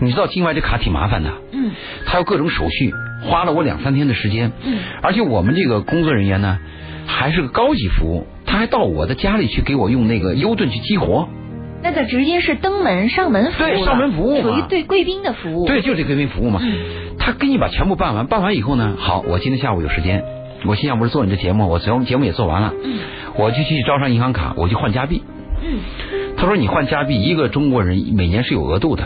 C: 你知道境外这卡挺麻烦的，
B: 嗯
C: 它有各种手续，花了我两三天的时间。
B: 嗯
C: 而且我们这个工作人员呢，还是个高级服务，他还到我的家里去给我用那个优盾去激活。
B: 那就直接是登门上门服务了，
C: 对上门服务嘛
B: 属于对贵宾的服务，
C: 对，就是这个贵宾服务嘛。他给你把全部办完，办完以后呢，好，我今天下午有时间，我心想不是做你的节目，我节目节目也做完了，我就去招商银行卡，我去换加币。
B: 嗯
C: 他说你换加币，一个中国人每年是有额度的。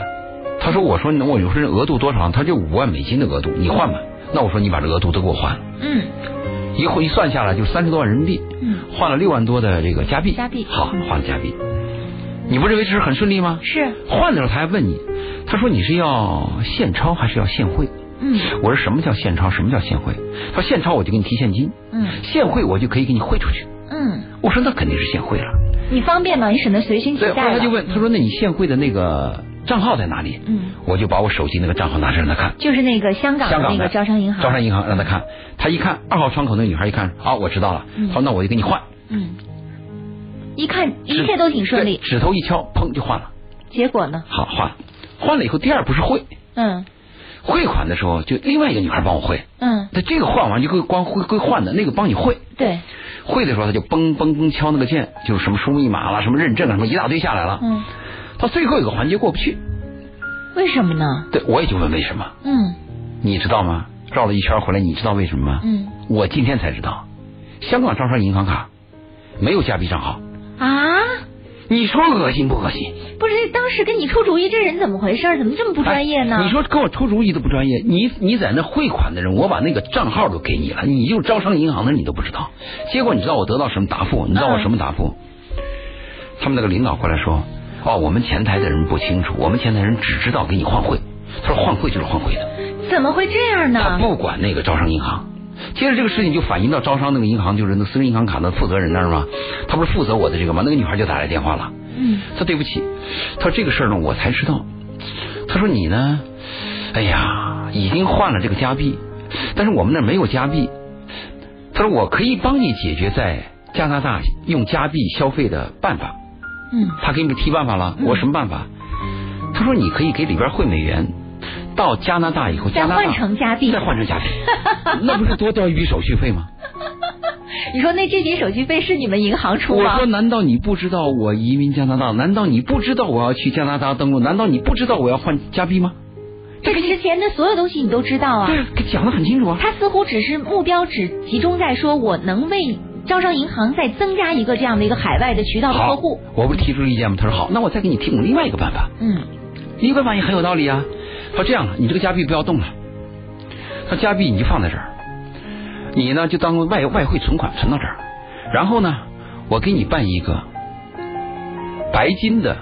C: 他说我说那我有时候额度多少？他就五万美金的额度，你换吧。那我说你把这额度都给我换，
B: 嗯
C: 一换一算下来就三十多万人民币，
B: 嗯，
C: 换了六万多的这个加币。
B: 加币
C: 好，换了加币。你不认为这是很顺利吗？
B: 是，
C: 换的时候他还问你，他说你是要现钞还是要现汇？
B: 嗯
C: 我说什么叫现钞？什么叫现汇？他说现钞我就给你提现金，
B: 嗯
C: 现汇我就可以给你汇出去。
B: 嗯，
C: 我说那肯定是现汇了。
B: 你方便吗？你省得随身携
C: 对，后
B: 带
C: 来
B: 了。
C: 他就问，他说那你现汇的那个账号在哪里？
B: 嗯，
C: 我就把我手机那个账号拿出来让他看，
B: 就是那个香港的
C: 香港
B: 那个
C: 的
B: 招商银行，
C: 招商银行让他看，他一看二号窗口那女孩一看，啊，我知道了
B: 嗯，
C: 他说那我就给你换，
B: 嗯，一看
C: 指
B: 一切都挺顺利
C: 对，指头一敲，砰就换了，
B: 结果呢？
C: 好换了，换了以后第二步是汇，
B: 嗯
C: 汇款的时候就另外一个女孩帮我汇，
B: 嗯，
C: 那这个换完就归光归归换的，那个帮你汇。
B: 对，
C: 会的时候，他就嘣嘣嘣敲那个键，就是什么输密码了、什么认证了、什么一大堆下来了。
B: 嗯，
C: 到最后一个环节过不去，
B: 为什么呢？
C: 对我也就问为什么，
B: 嗯
C: 你知道吗？绕了一圈回来，你知道为什么吗？
B: 嗯
C: 我今天才知道，香港招商银行卡没有加币账号，
B: 啊，
C: 你说恶心不恶心？
B: 不是当时给你出主意，这人怎么回事？怎么这么不专业呢？
C: 哎你说给我出主意都不专业，你你在那汇款的人，我把那个账号都给你了，你就招商银行的人你都不知道。结果你知道我得到什么答复？你知道我什么答复？
B: 嗯
C: 他们那个领导过来说，哦，我们前台的人不清楚，我们前台人只知道给你换汇，他说换汇就是换汇的，
B: 怎么会这样
C: 他
B: 呢？
C: 不管那个招商银行。接着这个事情就反映到招商那个银行，就是那私人银行卡的负责人那儿嘛，他不是负责我的这个吗？那个女孩就打来电话了。
B: 嗯，
C: 他说对不起，他说这个事儿呢我才知道，他说你呢，哎呀，已经换了这个加币，但是我们那儿没有加币，他说我可以帮你解决在加拿大用加币消费的办法，
B: 嗯，
C: 他给你提办法了，我说什么办法？他说你可以给里边汇美元。到加拿大以后，
B: 再
C: 加拿大
B: 换成加币
C: 再换成加 币，那不是多掉一笔手续费吗？
B: 你说那这笔手续费是你们银行出
C: 我
B: 吗
C: 说，？难道你不知道我移民加拿大？难道你不知道我要去加拿大登陆？难道你不知道我要换加币吗？
B: 这个之前的所有东西你都知道啊。
C: 对，讲的很清楚啊。
B: 他似乎只是目标只集中在说我能为招商银行再增加一个这样的一个海外的渠道的客
C: 好
B: 户。，
C: 我不是提出了意见吗？他说好，那我再给你提供另外一个办法。
B: 嗯，
C: 另一个办法也很有道理啊。他说这样了，你这个加币不要动了，他说加币你就放在这儿，你呢就当外外汇存款存到这儿，然后呢，我给你办一个白金的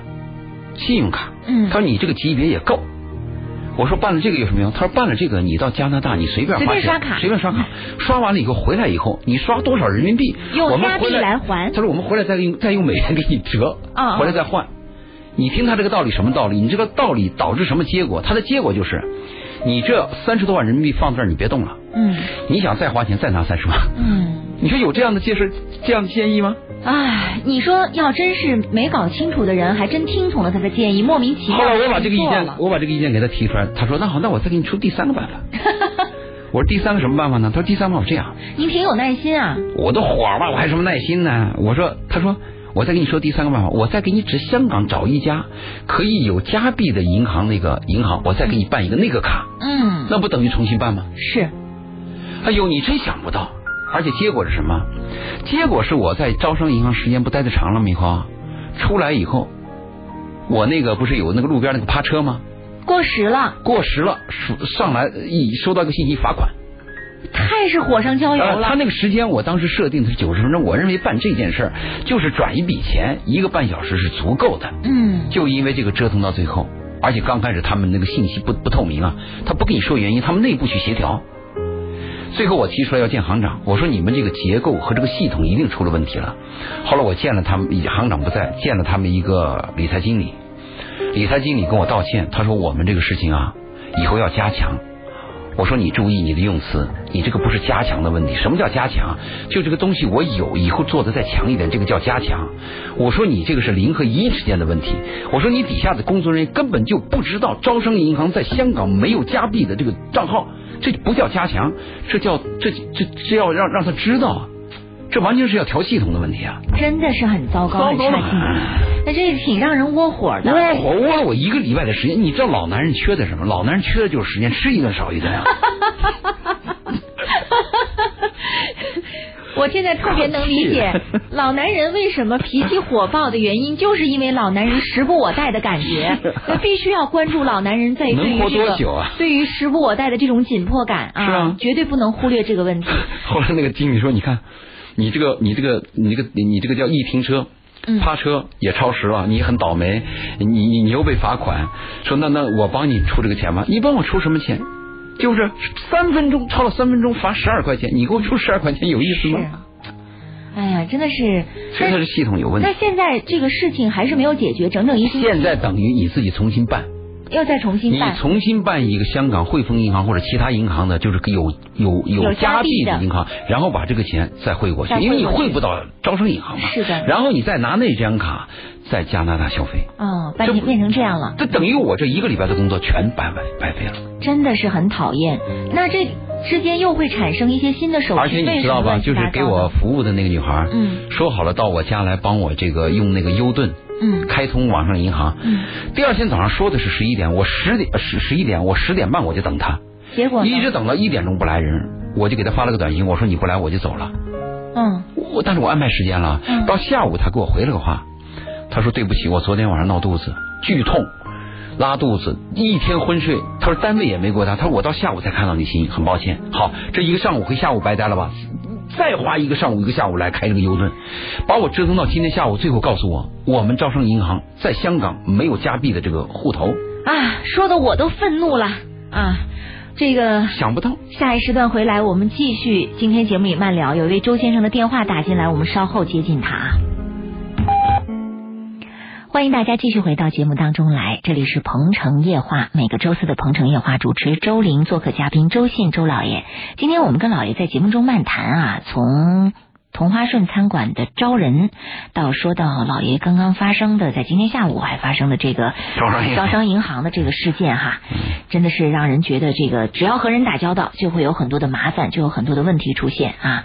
C: 信用卡。
B: 嗯
C: 他说你这个级别也够。我说办了这个有什么用？他说办了这个，你到加拿大你随便花
B: 随便
C: 钱
B: 刷卡嗯
C: 随便刷卡，刷完了以后回来以后，你刷多少人民币，
B: 用
C: 我们
B: 加币
C: 回
B: 来还
C: 他说我们回来再用再用美元给你折，
B: 啊
C: 回来再换。你听他这个道理什么道理？你这个道理导致什么结果？他的结果就是，你这三十多万人民币放这儿，你别动了。
B: 嗯
C: 你想再花钱再拿三十万，
B: 嗯，
C: 你说有这样的建设这样的建议吗？
B: 唉，你说要真是没搞清楚的人，还真听从了他的建议，莫名其妙
C: 后来我
B: 地
C: 把这个意
B: 哦做
C: 见
B: 了，
C: 我把这个意见给他提出来，他说那好，那我再给你出第三 个办法。我说第三个什么办法呢？他说第三个办法这样，
B: 您挺有耐心啊。
C: 我都火了，我还有什么耐心呢？我说，他说我再跟你说第三个办法，我再给你指香港找一家可以有加币的银行那个银行，我再给你办一个那个卡，
B: 嗯，
C: 那不等于重新办吗？
B: 是，
C: 哎呦，你真想不到！而且结果是什么？结果是我在招商银行时间不待的长了吗？以后啊出来以后，我那个不是有那个路边那个趴车吗？
B: 过时了，
C: 过时了，数上来一收到一个信息罚款。
B: 太是火上浇油
C: 呃他
B: 了。
C: 那个时间我当时设定的是九十分钟，我认为办这件事儿就是转一笔钱，一个半小时是足够的。
B: 嗯，
C: 就因为这个折腾到最后，而且刚开始他们那个信息不不透明啊，他不跟你说原因，他们内部去协调。最后我提出来要见行长，我说你们这个结构和这个系统一定出了问题了。后来我见了他们，行长不在，见了他们一个理财经理，理财经理跟我道歉，他说我们这个事情啊，以后要加强。我说你注意你的用词，你这个不是加强的问题。什么叫加强？就这个东西我有，以后做的再强一点，这个叫加强。我说你这个是零和一之间的问题。我说你底下的工作人员根本就不知道招商银行在香港没有加币的这个账号，这不叫加强，这叫这这这要让让他知道啊，这完全是要调系统的问题啊。
B: 真的是很糟糕，
C: 糟
B: 很
C: 糕
B: 差
C: 了
B: 劲。那这挺让人窝火的。
C: 窝火窝了我一个礼拜的时间，你知道老男人缺的什么？老男人缺的就是时间，吃一顿少一顿啊。
B: 我现在特别能理 解老男人为什么脾气火爆的原因，就是因为老男人时不我待的感觉，那必须要关注老男人在对
C: 能
B: 于
C: 活
B: 这
C: 多
B: 个
C: 久啊
B: 对于时不我待的这种紧迫感啊，
C: 是啊
B: 绝对不能忽略这个问题。
C: 后来那个经理说：“你看，你这个你这个你这个你这个叫一停车
B: 嗯。
C: 趴车也超时了，你很倒霉，你你你又被罚款。说那那我帮你出这个钱吧，你帮我出什么钱？就是三分钟超了三分钟罚十二块钱，你给我出十二块钱有意
B: 是
C: 思吗？
B: 啊，哎呀，真的是。
C: 所以它
B: 那
C: 是系统有问
B: 那
C: 题。
B: 现在这个事情还是没有解决，整整一星期，
C: 现在等于你自己重新办，
B: 又再重新
C: 你
B: 办。
C: 重新办一个香港汇丰银行或者其他银行的，就是有有
B: 有
C: 有
B: 加
C: 加
B: 币
C: 币
B: 的
C: 的银行，然后把这个钱再汇过去
B: 再，汇
C: 因为你
B: 过去
C: 汇不到招商银行嘛。
B: 是的
C: 然后你再拿那张卡在加拿大消费，
B: 嗯，把
C: 这
B: 你
C: 不
B: 变成这样了。
C: 这等于我这一个礼拜的工作全白白白费了。
B: 真的是很讨厌。那这之间又会产生一些新的手
C: 而且
B: 续费
C: 你
B: 什
C: 知
B: 么
C: 道吧，
B: 乱七
C: 就
B: 八
C: 是
B: 糟的
C: 给我服务的那个女孩，
B: 嗯
C: 说好了到我家来帮我这个用那个优盾
B: 嗯
C: 开通网上银行。
B: 嗯
C: 第二天早上说的是十一点，我十点呃十十一点，我十点半我就等她。
B: 结果呢
C: 一直等到一点钟不来人，我就给他发了个短信，我说你不来我就走了。
B: 嗯
C: 我但是我安排时间了
B: 嗯，
C: 到下午他给我回了个话，他说对不起，我昨天晚上闹肚子，剧痛，拉肚子，一天昏睡。他说单位也没给我打，他说我到下午才看到你信，很抱歉。好，这一个上午和下午白待了吧？再花一个上午一个下午来开这个牛顿，把我折腾到今天下午，最后告诉我，我们招商银行在香港没有加币的这个户头，
B: 啊，说的我都愤怒了啊！这个
C: 想不到。
B: 下一时段回来，我们继续今天节目也慢聊。有一位周先生的电话打进来，我们稍后接近他啊。欢迎大家继续回到节目当中来，这里是《鹏城夜话》，每个周四的《鹏城夜话》主持周玲做客嘉宾周信周老爷。今天我们跟老爷在节目中漫谈啊，从同花顺餐馆的招人，到说到老爷刚刚发生的，在今天下午还发生的这个
C: 招商银行
B: 招商银行的这个事件哈，真的是让人觉得这个只要和人打交道，就会有很多的麻烦，就有很多的问题出现啊。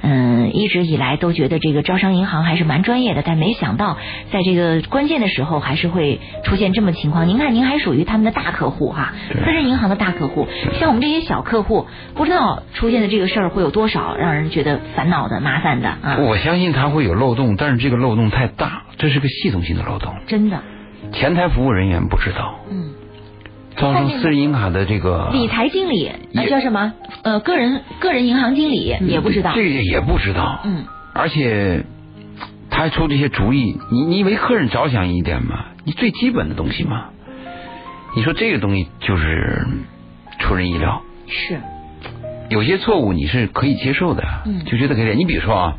B: 嗯，一直以来都觉得这个招商银行还是蛮专业的，但没想到在这个关键的时候还是会出现这么情况。您看，您还属于他们的大客户哈、
C: 对
B: 私人银行的大客户，像我们这些小客户，不知道出现的这个事儿会有多少让人觉得烦恼的、麻烦的啊。
C: 我相信它会有漏洞，但是这个漏洞太大，这是个系统性的漏洞。
B: 真的，
C: 前台服务人员不知道，
B: 嗯，
C: 招商私人银行的这个
B: 理财经理呃
C: 啊也
B: 叫什么？呃，个人个人银行经理也不知道
C: 这。个也不知道，
B: 嗯，
C: 而且他还出这些主意，你你为客人着想一点嘛，你最基本的东西嘛，你说这个东西就是出人意料，
B: 是，
C: 有些错误你是可以接受的，
B: 嗯
C: 就觉得可以。你比如说啊，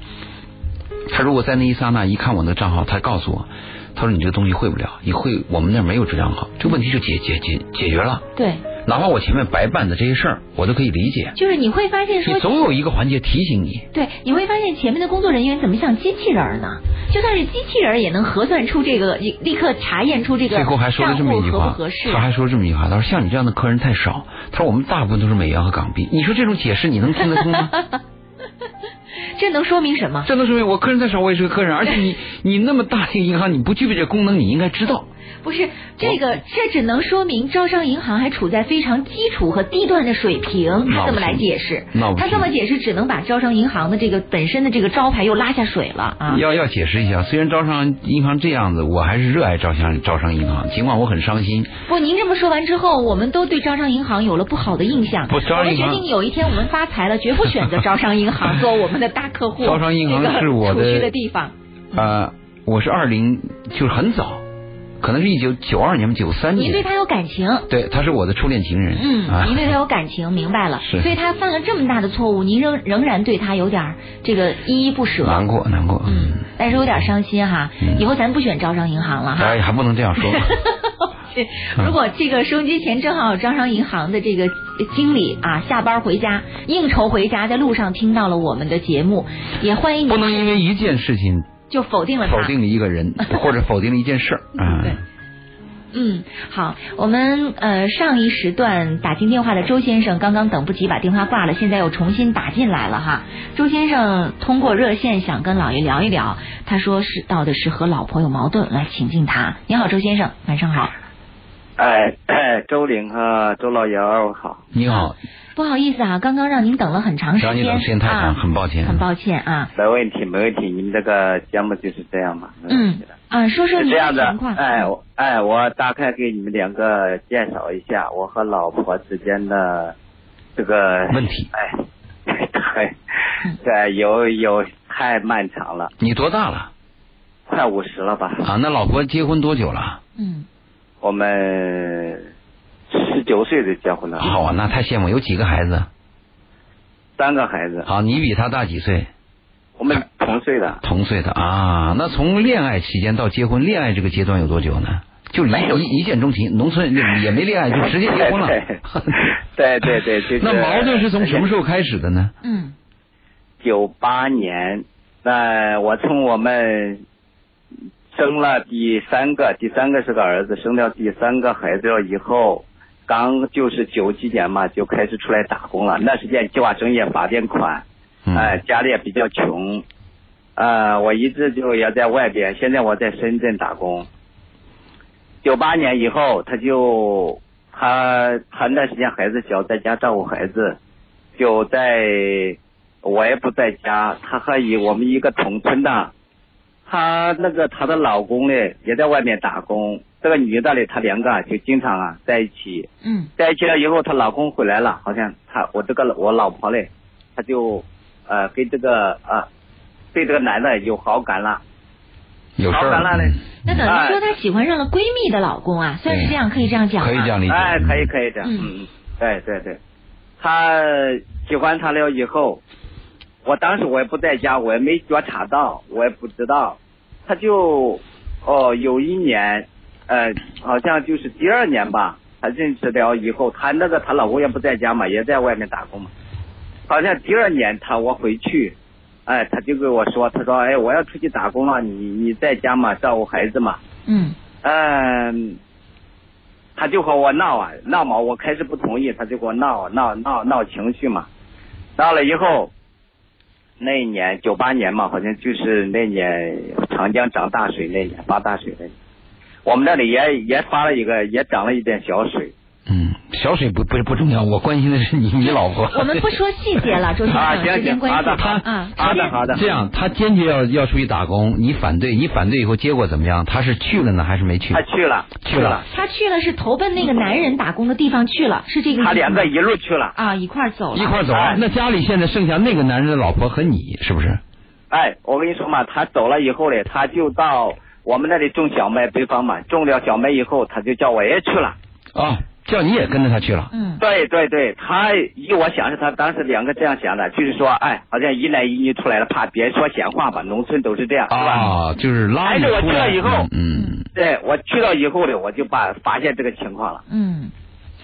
C: 他如果在那一刹那一看我那个账号，他告诉我，他说你这个东西会不了，你会我们那儿没有质量好，这个问题就解解解解决了。
B: 对，
C: 哪怕我前面白办的这些事儿，我都可以理解。
B: 就是你会发现说
C: 你，总有一个环节提醒你，
B: 对，你会发现前面的工作人员怎么像机器人儿呢？就算是机器人儿也能核算出这个，立立刻查验出这个
C: 最后还说了这么一
B: 账
C: 句
B: 户合
C: 话
B: 不合适，
C: 他还说了这么一句话，他说像你这样的客人太少，他说我们大部分都是美元和港币。你说这种解释你能听得 通吗？
B: 这能说明什么？
C: 这都说明我客人太少，我也是个客人，而且 你你那么大一个银行，你不具备这个功能，你应该知道。
B: 不是这个，这只能说明招商银行还处在非常基础和低端的水平，他
C: 那不
B: 这么来
C: 行
B: 解释
C: 那，不
B: 他这
C: 行
B: 么解释只能把招商银行的这个本身的这个招牌又拉下水了啊！
C: 要要解释一下，虽然招商银行这样子，我还是热爱招商招商银行，尽管我很伤心。
B: 不，您这么说完之后，我们都对招商银行有了不好的印象。
C: 不招商
B: 我们
C: 银
B: 决
C: 行
B: 定有一天我们发财了，绝不选择招商银 行做我们的大客户。
C: 招商银行
B: 这个
C: 是我
B: 储
C: 的
B: 蓄的地方。
C: 呃，我是二零，就是很早，可能是一九九二年、九三
B: 您对
C: 年，
B: 他有感情，
C: 对，他是我的初恋情人。
B: 嗯，
C: 啊
B: 您对他有感情，明白了。
C: 是
B: 所以他犯了这么大的错误，您仍仍然对他有点儿这个依依不舍。
C: 难过，难过。
B: 嗯，但是有点伤心哈。
C: 嗯
B: 以后咱不选招商银行了哈。
C: 哎，还不能这 样说。
B: 对，如果这个收音机前正好有招商银行的这个经理啊，下班回家应酬回家，在路上听到了我们的节目，也欢迎
C: 不
B: 你
C: 能因为一件事 情
B: 就否定了他。
C: 否定了一 个人，或者否定了一件事儿。
B: 对嗯，
C: 嗯，
B: 好，我们呃上一时段打进电话的周先生刚刚等不及把电话挂了，现在又重新打进来了哈。周先生通过热线想跟老爷聊一聊，他说是到的是和老婆有矛盾，来请进他。你好，周先生，晚上好。
D: 哎，哎周玲和周老爷儿好。
C: 你好，
B: 不好意思啊，刚刚让您等了很长时间，
C: 让你等时间太长，
B: 啊、
C: 很抱歉。
B: 很抱歉啊。
D: 没问题，没问题。你们这个节目就是这样嘛。没问
B: 嗯
D: 题的
B: 啊，说说
D: 是
B: 您
D: 这样
B: 的情
D: 的
B: 况。，
D: 哎，我哎，我大概给你们两个介绍一下我和老婆之间的这个
C: 问题。
D: 哎， 对，
B: 嗯
D: 对，有有太漫长了，
C: 你多大了？
D: 快五十了吧？
C: 啊，那老婆结婚多久了？
B: 嗯，
D: 我们十九岁就结婚了，
C: 好啊，那太羡慕。有几个孩子？
D: 三个孩子，
C: 好，你比他大几岁？
D: 我们同岁的。
C: 同岁的啊。那从恋爱期间到结婚，恋爱这个阶段有多久呢？就一一一见钟情，农村也也没恋爱，就直接结婚了。
D: 对 对对对就是
C: 那矛盾是从什么时候开始的呢？
B: 嗯，
D: 九八年，那我从我们生了第三个，第三个是个儿子，生掉第三个孩子了以后，刚就是九几年嘛，就开始出来打工了。那时间计划生育发点款，
C: 嗯
D: 哎、家里也比较穷，呃，我一直就也在外边，现在我在深圳打工。九八年以后，他就他他那时间孩子小，在家照顾孩子，就在我也不在家，他和一我们一个同村的，她那个她的老公呢也在外面打工，这个女的呢，她两个啊就经常啊在一起，
B: 嗯
D: 在一起了以后，她老公回来了，好像她我这个我老婆嘞，她就呃跟这个呃对这个男的有好感了，
C: 有事
D: 好
C: 儿嗯
D: 咱俩嘞
B: 那等于
D: 哎
B: 说她喜欢上了闺蜜的老公啊，算是这样，可以这样讲吗？
C: 可以这样理解。
D: 哎，可以可以的，
B: 嗯
D: 嗯，嗯对对对，她喜欢他了以后，我当时我也不在家，我也没觉察到，我也不知道，他就哦有一年，呃，好像就是第二年吧，她认识了以后，她那个她老公也不在家嘛，也在外面打工嘛，好像第二年她我回去。哎，她就跟我说，她说，哎，我要出去打工了，你你在家嘛，照顾孩子嘛。
B: 嗯
D: 嗯，他就和我闹啊闹嘛，我开始不同意，他就跟我闹闹闹闹情绪嘛，闹了以后，那一年九八年嘛，好像就是那年长江涨大水那年发大水那年，我们那里也也发了一个也涨了一点小水
C: 嗯，小水不不不重要，我关心的是你你老婆。
B: 我们不说细节 了，周先
D: 啊，
B: 生，
D: 行
B: 时间
D: 行，
B: 关
D: 好
B: 系
D: 的，
B: 啊
D: 好，
B: 嗯
D: 好的好的，
C: 这样，他坚决要要出去打工，你反对，你反对以后结果怎么样？他是去了呢，还是没去
D: 他？哎去了
C: 去了，
B: 她去了是投奔那个男人打工的地方去了，是这个意思吗。
D: 他两个一路去了，
B: 啊一块儿走了，
C: 一块儿走
D: 哎
C: 了。那家里现在剩下那个男人的老婆和你，是不是？
D: 哎，我跟你说嘛，他走了以后嘞，他就到我们那里种小麦北方嘛，种了小麦以后，他就叫我也去了。
C: 啊，叫你也跟着他去了。
B: 嗯
D: 对对对，他依我想是他当时两个这样想的，就是说，哎，好像一男一女出来了，怕别人说闲话吧，农村都是这样，是吧？
C: 啊，就是拉你
D: 哎我
C: 出
D: 去
C: 来
D: 了以后
C: 嗯，
D: 对我去了以后呢，我就把发现这个情况了，
B: 嗯，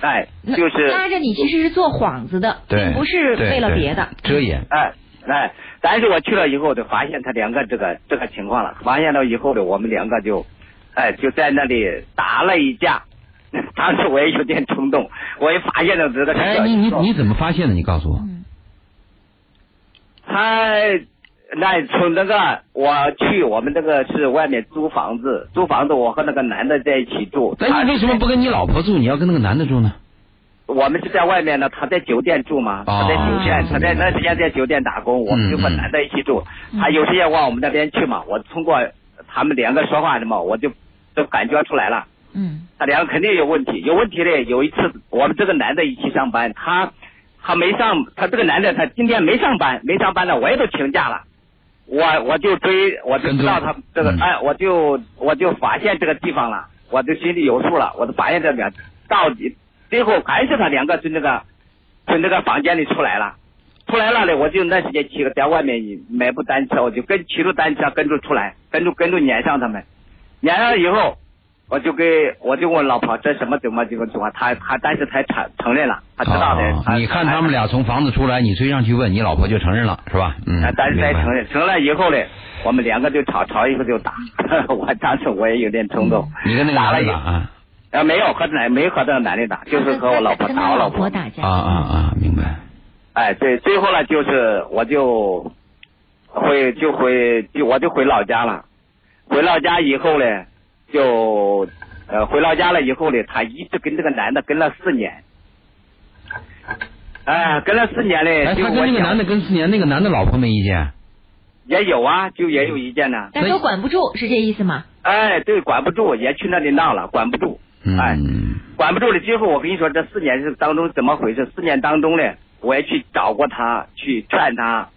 D: 哎，
B: 那
D: 就是
B: 拉着你其实是做幌子的，
C: 对
B: 并，不是
C: 对
B: 为了
C: 对
B: 别的。
C: 遮掩。
D: 哎哎，但是我去了以后就发现他两个这个这个情况了，发现了以后呢，我们两个就，哎就在那里打了一架。 当时我也有点冲动，我一发现了这个情
C: 哎，
D: 况
C: 你
D: 以
C: 你
D: 后
C: 你怎么发现的？你告诉我。
B: 嗯
D: 他那从那个我去我们那个是外面租房子，租房子我和那个男的在一起住，
C: 那哎你为什么不跟你老婆住，你要跟那个男的住呢？
D: 我们是在外面呢，他在酒店住嘛，
C: 哦
D: 他在酒店，他在那时间在酒店打
C: 嗯
D: 工，我们就和男的一起住。他有时间往我们那边去嘛，我通过他们两个说话的嘛，我就都感觉出来了，
B: 嗯
D: 他啊两个肯定有问题。有问题嘞，有一次我们这个男的一起上班，他他没上，他这个男的他今天没上班，没上班了，我也都请假了。我我就追，我就
C: 跟
D: 知
C: 踪
D: 道他这个，
C: 嗯
D: 哎，我就我就发现这个地方了，我就心里有数了，我就发现这个到底最后还是他两个从这个从这个房间里出来了，出来了嘞，我就那时间骑个在外面买部单车，我就跟骑着单车跟着出来，跟着跟着撵上他们，撵上以后，我就给我就问老婆这什么怎么怎么怎么，他他但是他承承认了，他知道的，
C: 哦
D: 她
C: 你看他们俩从房子出来，你追上去问，你老婆就承认了，是吧？嗯
D: 啊，，但是再
C: 明白
D: 承认，承认以后嘞，我们两个就吵，吵以后就打。 我当时我也有点冲动，
C: 嗯你跟那个
D: 打
C: 男
D: 了
C: 的
D: 以
C: 打啊
D: 啊，没有和男没和这个男的打，就是和我老婆
B: 跟
D: 打，
B: 他
D: 我
B: 老
D: 老
B: 婆
D: 婆。
B: 打架
C: 啊啊啊！明白。
D: 哎，对，最后呢，就是我就回就回就我就回老家了，回老家以后嘞，就呃回老家了以后嘞，他一直跟这个男的跟了四年，哎，跟了四年嘞，
C: 哎，
D: 就
C: 他跟
D: 我
C: 那个
D: 想
C: 男的跟四年，那个男的老婆没意见。
D: 也有啊，就也有意见呢。
B: 但都管不住，是这意思吗？
D: 哎，对，管不住，也去那里闹了，管不住。哎，
C: 嗯，
D: 管不住了之后，我跟你说，这四年是当中怎么回事？四年当中呢，我也去找过他，去劝他，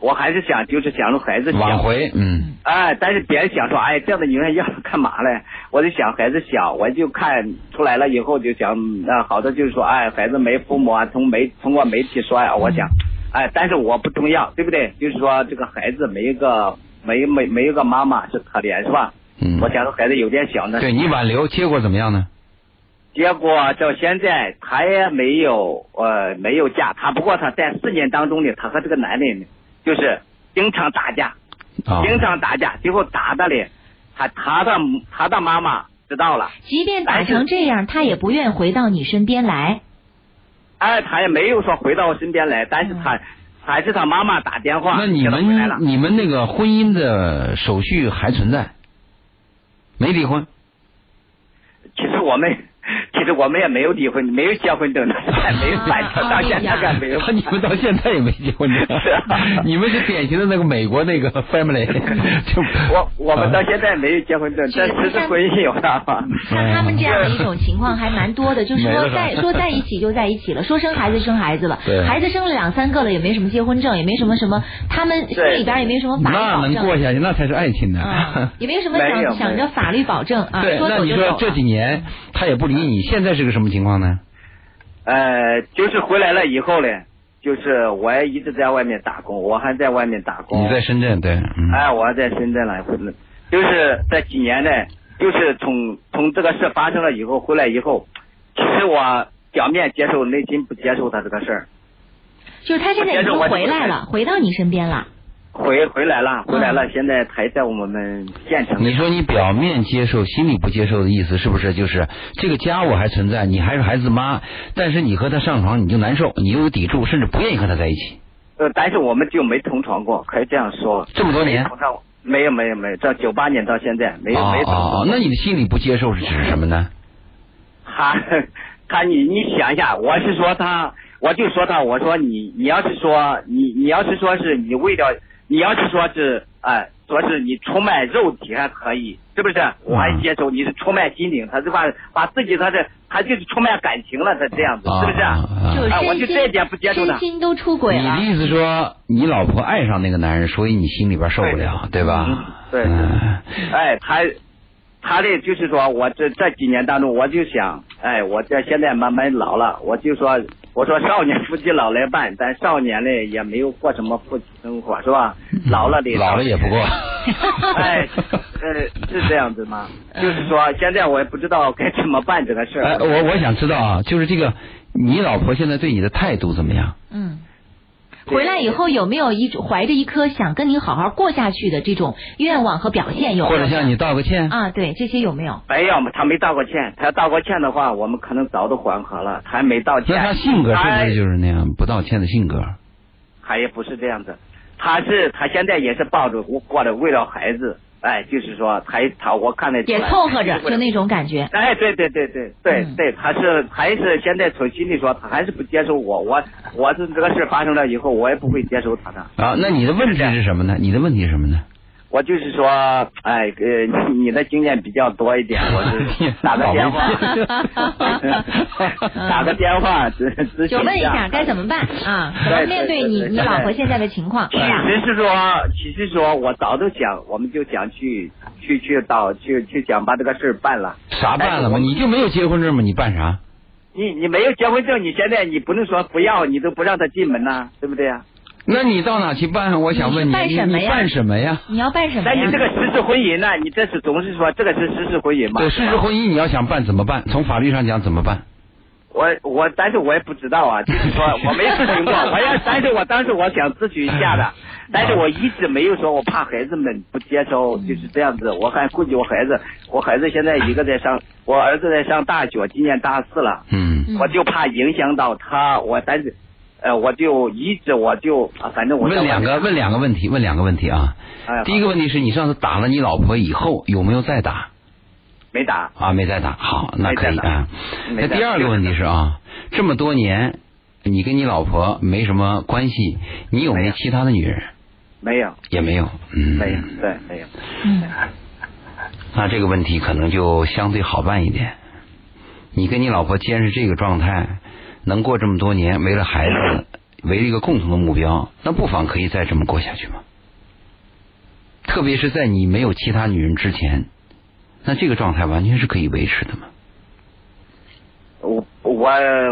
D: 我还是想就是想着孩子小，
C: 挽回，嗯，
D: 哎，但是别人想说，哎，这样的女人要干嘛嘞？我就想孩子小，我就看出来了以后就想，啊、好的就是说，哎，孩子没父母啊，从媒通过媒体说呀、啊
C: 嗯
D: 我想，哎，但是我不重要，对不对？就是说这个孩子没一个没没没一个妈妈是可怜是吧？
C: 嗯
D: 我想着孩子有点小呢，
C: 对你挽留，结果怎么样呢？
D: 结果到现在他也没有呃没有嫁，他不过他在四年当中呢，他和这个男的呢就是经常打架，
C: 啊，
D: 经常打架，最后打的嘞，他他的他的妈妈知道了，
B: 即便打成这样，他也不愿回到你身边来。
D: 哎，他也没有说回到我身边来，但是他、还是他妈妈打电话
C: 嗯那你
D: 给他回来了
C: 们，你们那个婚姻的手续还存在？没离婚。
D: 其实我们 其实我们也没有离婚，没有结婚证的，没有办到到现在还没有
C: 你们到现在也没结 婚证
D: 是啊，
C: 你们是典型的那个美国那个 family，就
D: 我我们到
C: 啊
D: 现在没有结婚证，
E: 这
D: 但
E: 个
D: 只是婚姻有了嘛。
E: 像他们这样的一种情况还蛮多的，就是
C: 嗯没
E: 说
C: 了吧
E: 在说在一起就在一起了，说生孩子生孩子了
C: 对，
E: 孩子生了两三个了，也没什么结婚证，也没什么什么，他们心里边也没什么法律
C: 那
E: 保
C: 能过
E: 证，
C: 下去，那才是爱情呢。
E: 嗯， 也没什么
D: 没有
E: 想想
D: 没
E: 着
D: 有
E: 法律保证
D: 嗯
E: 啊，
C: 对，
E: 说
C: 那
E: 走
C: 你
E: 就走
C: 说
E: 了。
C: 这几年他也不理你，现在是个什么情况呢？
D: 呃，就是回来了以后呢，就是我也一直在外面打工，我还在外面打工。
C: 你在深圳对，嗯，
D: 哦哎，我在深圳来回来，就是这几年呢，就是从从这个事发生了以后，回来以后，其实我表面接受，内心不接受他这个事儿。
E: 就是他现在已经回来了，回到你身边了。
D: 回回来了，回来了，
E: 嗯
D: 现在还在我们县城。
C: 你说你表面接受，心里不接受的意思是不是就是这个家我还存在，你还是孩子妈，但是你和他上床你就难受，你就有抵触，甚至不愿意和他在一起。
D: 呃，但是我们就没同床过，可以这样说。
C: 这么多年
D: 同床没有没有没有，这九八年到现在没有、
C: 哦
D: 没同
C: 哦
D: 床
C: 哦，那你的心里不接受是指什么呢？
D: 他 他你你想一下，我是说他，我就说他，我说你你要是说你你要是说是你为了你要是说是哎、说是你出卖肉体还可以，是不是？我还接受你是出卖心灵，他是把把自己他是他就是出卖感情了，他这样子是不是？
C: 啊啊
E: 就
D: 哎、
E: 是啊
D: 我就
E: 身
D: 这一点不接
E: 心
D: 受
E: 身
D: 他。
E: 心都出轨
C: 你的
E: 了，
C: 意思说你老婆爱上那个男人，所以你心里边受不了，对吧
D: 嗯？对对
C: 嗯
D: 哎，他他的就是说我这这几年当中，我就想，哎，我这现在慢慢老了，我就说，我说少年夫妻老来伴，咱少年呢也没有过什么夫妻生活，是吧？老了的
C: 嗯老了也不过。
D: 哎， 呃，是这样子吗？就是说，现在我也不知道该怎么办这个事
C: 哎，
D: 儿。
C: 我我想知道啊，就是这个，你老婆现在对你的态度怎么样？
E: 嗯。回来以后有没有一种怀着一颗想跟你好好过下去的这种愿望和表现？有没
C: 或
E: 有
C: 者向你道个歉？
E: 啊，对这些有没有？
D: 没有，哎他没道过歉。他要道过歉的话，我们可能早都缓和了。他还没道歉。
C: 那他性格是不
D: 哎
C: 是就是那样不道歉的性格？
D: 他也不是这样子，他是他现在也是抱着我过的为了孩子，哎，就是说他他我看得出
E: 也
D: 来
E: 凑合着，就那种感觉。
D: 哎，对对对对对
E: 嗯
D: 对，他是还是现在从心里说，他还是不接受我，我我是这个事发生了以后，我也不会接受他的。
C: 啊，那你的问题是什么呢？你的问题是什么呢？
D: 我就是说，哎，呃，你的经验比较多一点，我是打个 电话， 打个电话咨咨询
E: 就问一下该怎么办啊？怎么面对你
D: 对对对
E: 你老婆现在的情况？
D: 哎其
E: 是啊，
D: 实是说，其实说我早都想，我们就想去去去到去去想把这个事儿办了。
C: 啥办了吗？
D: 哎我
C: 你就没有结婚证吗？你办啥？
D: 你你没有结婚证，你现在你不能说不要，你都不让他进门呐、对不对呀、
C: 那你到哪去办？我想问你，
E: 你办
C: 你
E: 什么
C: 你
E: 呀
C: 办什么呀？
E: 你要办什么
D: 但
E: 呀
D: 你这？个实施婚姻呢、你这是总是说这个是实施婚姻嘛？
C: 对，事实婚姻你要想办怎么办？从法律上讲怎么办？
D: 我我，但是我也不知 道啊，就是说我没咨询过，我要，但是我当时我想咨询一下
C: 哎
D: 的，但是我一直没有说，我怕孩子们不接受，
C: 嗯
D: 就是这样子。我还顾及我孩子，我孩子现在一个在上，我儿子在上大学，今年大四了，
C: 嗯，
E: 嗯
D: 我就怕影响到他，我但是，呃，我就一直我就，啊，反正我在
C: 问两个问两个问题，问两个问题啊。
D: 哎好
C: 第一个问题是你上次打了你老婆以后有没有再打？
D: 没打，
C: 啊，没再打，好，那可以
D: 没再打
C: 啊。
D: 没
C: 那
D: 再打
C: 第二个问题是啊，这么多年你跟你老婆没什么关系，你有没
D: 没
C: 有
D: 有
C: 其他的女人？
D: 没有，
C: 也没有，嗯，
D: 没有，对，没有。
E: 嗯，
C: 那这个问题可能就相对好办一点。你跟你老婆既然是这个状态，能过这么多年，为了孩子，为了一个共同的目标，那不妨可以再这么过下去嘛。特别是在你没有其他女人之前，那这个状态完全是可以维持的嘛。
D: 我我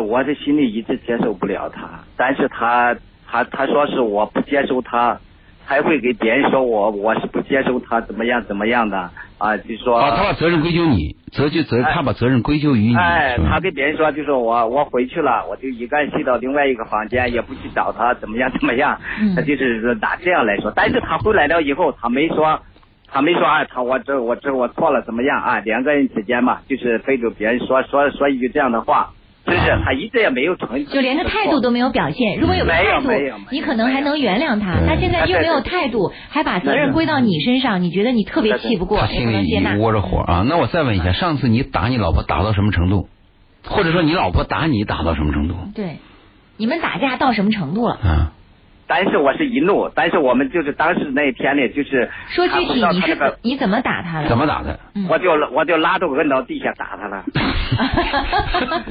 D: 我的心里一直接受不了他，但是他他他说是我不接受他，还会给别人说我我是不接受他怎么样怎么样的啊，就说、
C: 啊，他把责任归咎你，责就责，
D: 哎
C: 他把责任归咎于
E: 嗯
C: 你，
D: 哎
C: 是，吧
D: 他跟别人说就是我我回去了，我就一个人睡到另外一个房间，也不去找他怎么样 怎么样，
E: 嗯
D: 他就是说拿这样来说，但是他回来了以后，他没说。他没说啊，他我这我这我错了怎么样啊？两个人之间嘛，就是非得别人说说说一句这样的话，就是
C: 啊
D: 他一直也没有承认，
E: 就连个态度都没有表现。如果有个
D: 嗯没有
E: 态度
D: 没有没有，
E: 你可能还能原谅他。
C: 嗯
E: 他现在又没有态度，还把责任归到你身上，你觉得你特别气不过
C: 他，
E: 也
C: 心
E: 不能
C: 里
E: 接纳
C: 一。窝着火啊。那我再问一下，上次你打你老婆打到什么程度？或者说你老婆打你打到什么程度
B: 对，你们打架到什么程度了？
C: 啊？
D: 但是我是一怒，但是我们就是当时那一天呢，就是
B: 说具体你是
D: 看不到他那
B: 怎
D: 个，
B: 你怎么打他的？
C: 怎么打的？
B: 嗯？
D: 我就我就拉着我摁到地下打 他了，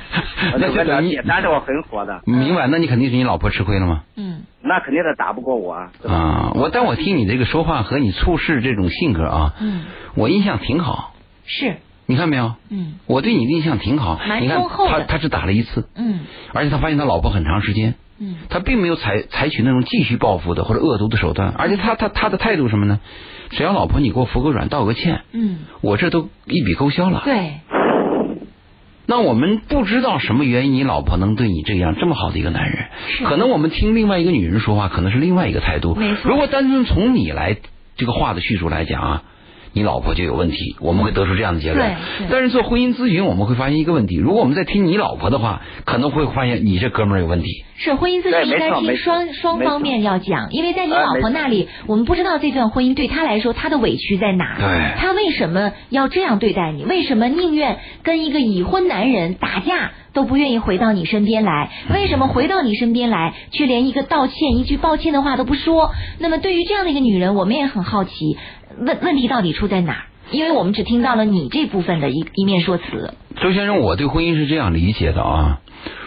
D: 我就摁到地
C: 你
D: 下，但是我很火的，
C: 明白？那你肯定是你老婆吃亏了吗？
B: 嗯
D: 那肯定是打不过我啊。
C: 啊，我但我听你这个说话和你处事这种性格啊，
B: 嗯，
C: 我印象挺好。
B: 是
C: 你看没有？
B: 嗯
C: 我对你的印象挺好。
B: 蛮
C: 你看
B: 忠厚
C: 他
B: 的
C: 他只打了一次，
B: 嗯
C: 而且他发现他老婆很长时间，
B: 嗯
C: 他并没有采采取那种继续报复的或者恶毒的手段，而且他他他的态度什么呢？只要老婆你给我服个软，道个歉，
B: 嗯，
C: 我这都一笔勾销了。
B: 对，
C: 那我们不知道什么原因，你老婆能对你这样这么好的一个男人，可能我们听另外一个女人说话，可能是另外一个态度
B: 没。错
C: 如果单纯从你来这个话的叙述来讲啊，你老婆就有问题，我们会得出这样的结论
B: 对对。
C: 但是做婚姻咨询，我们会发现一个问题：如果我们在听你老婆的话，可能会发现你这哥们儿有问题。
B: 是婚姻咨
D: 对
B: 询应
D: 没
B: 该
D: 错
B: 听
D: 没错
B: 双双
D: 没错
B: 方面要讲，因为在你
D: 哎
B: 老
D: 没
B: 婆
D: 错
B: 那里，我们不知道这段婚姻对她来说她的委屈在哪，
C: 对
B: 她为什么要这样对待你？为什么宁愿跟一个已婚男人打架都不愿意回到你身边来？为什么回到你身边来却连一个道歉、一句抱歉的话都不说？那么对于这样的一个女人，我们也很好奇，问问题到底出在哪儿？因为我们只听到了你这部分的一一面说辞，
C: 周先生，我对婚姻是这样理解的啊，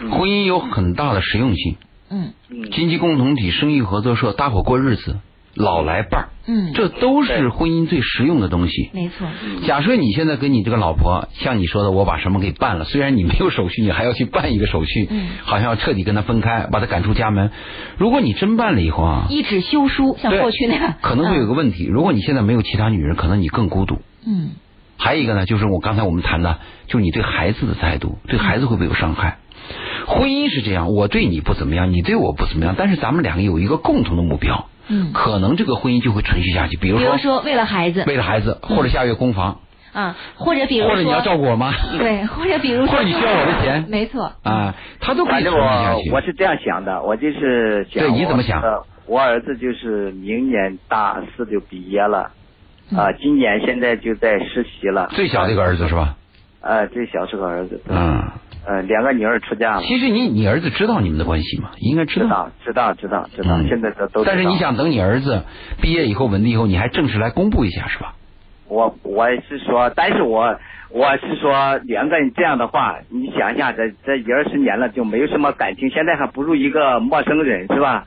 D: 嗯
C: 婚姻有很大的实用性，
B: 嗯
D: 嗯，
C: 经济共同体、生育合作社、搭伙过日子、老来伴儿，
B: 嗯，
C: 这都是婚姻最实用的东西。
B: 没错，
C: 假设你现在跟你这个老婆，像你说的，我把什么给办了，虽然你没有手续，你还要去办一个手续，
B: 嗯
C: 好像要彻底跟她分开，把她赶出家门。如果你真办了以后啊，
B: 一纸休书，像
C: 对
B: 过去那样，
C: 可能会有个问题。如果你现在没有其他女人，可能你更孤独。
B: 嗯。
C: 还有一个呢，就是我刚才我们谈的，就是你对孩子的态度，对孩子会不会有伤害？
B: 嗯
C: 婚姻是这样，我对你不怎么样，你对我不怎么样，但是咱们两个有一个共同的目标，
B: 嗯
C: 可能这个婚姻就会持续下去。比
B: 比
C: 如说，
B: 如说为了孩
D: 嗯
B: 子
C: 为了孩子，或者下月供房，
B: 啊，或者比如
C: 或者你要
B: 说
C: 照顾我妈。
B: 对，或者比如说
C: 或者你需要我的钱
B: 没错，
C: 啊，他都可
D: 嗯反
C: 以
D: 正
C: 存续下
D: 我
C: 去。
D: 我是这样想的，我就是想
C: 对你
D: 我
C: 怎么想
D: 呃我儿子就是明年大四就毕业了，
C: 嗯
D: 啊、今年现在就在实习了。
C: 最小的一个儿子是吧？
D: 呃，最小是个儿子。
C: 嗯，
D: 呃，两个女儿出嫁了。
C: 其实你你儿子知道你们的关系吗？应该知
D: 知
C: 道。
D: 道，知道，知道，知道。
C: 嗯
D: 现在都都知道。
C: 但是你，想等你儿子毕业以后稳定以后，你还正式来公布一下是吧？
D: 我我是说，但是我我是说，两个人这样的话，你想一下，这这一二十年了就没有什么感情，现在还不如一个陌生人，是吧？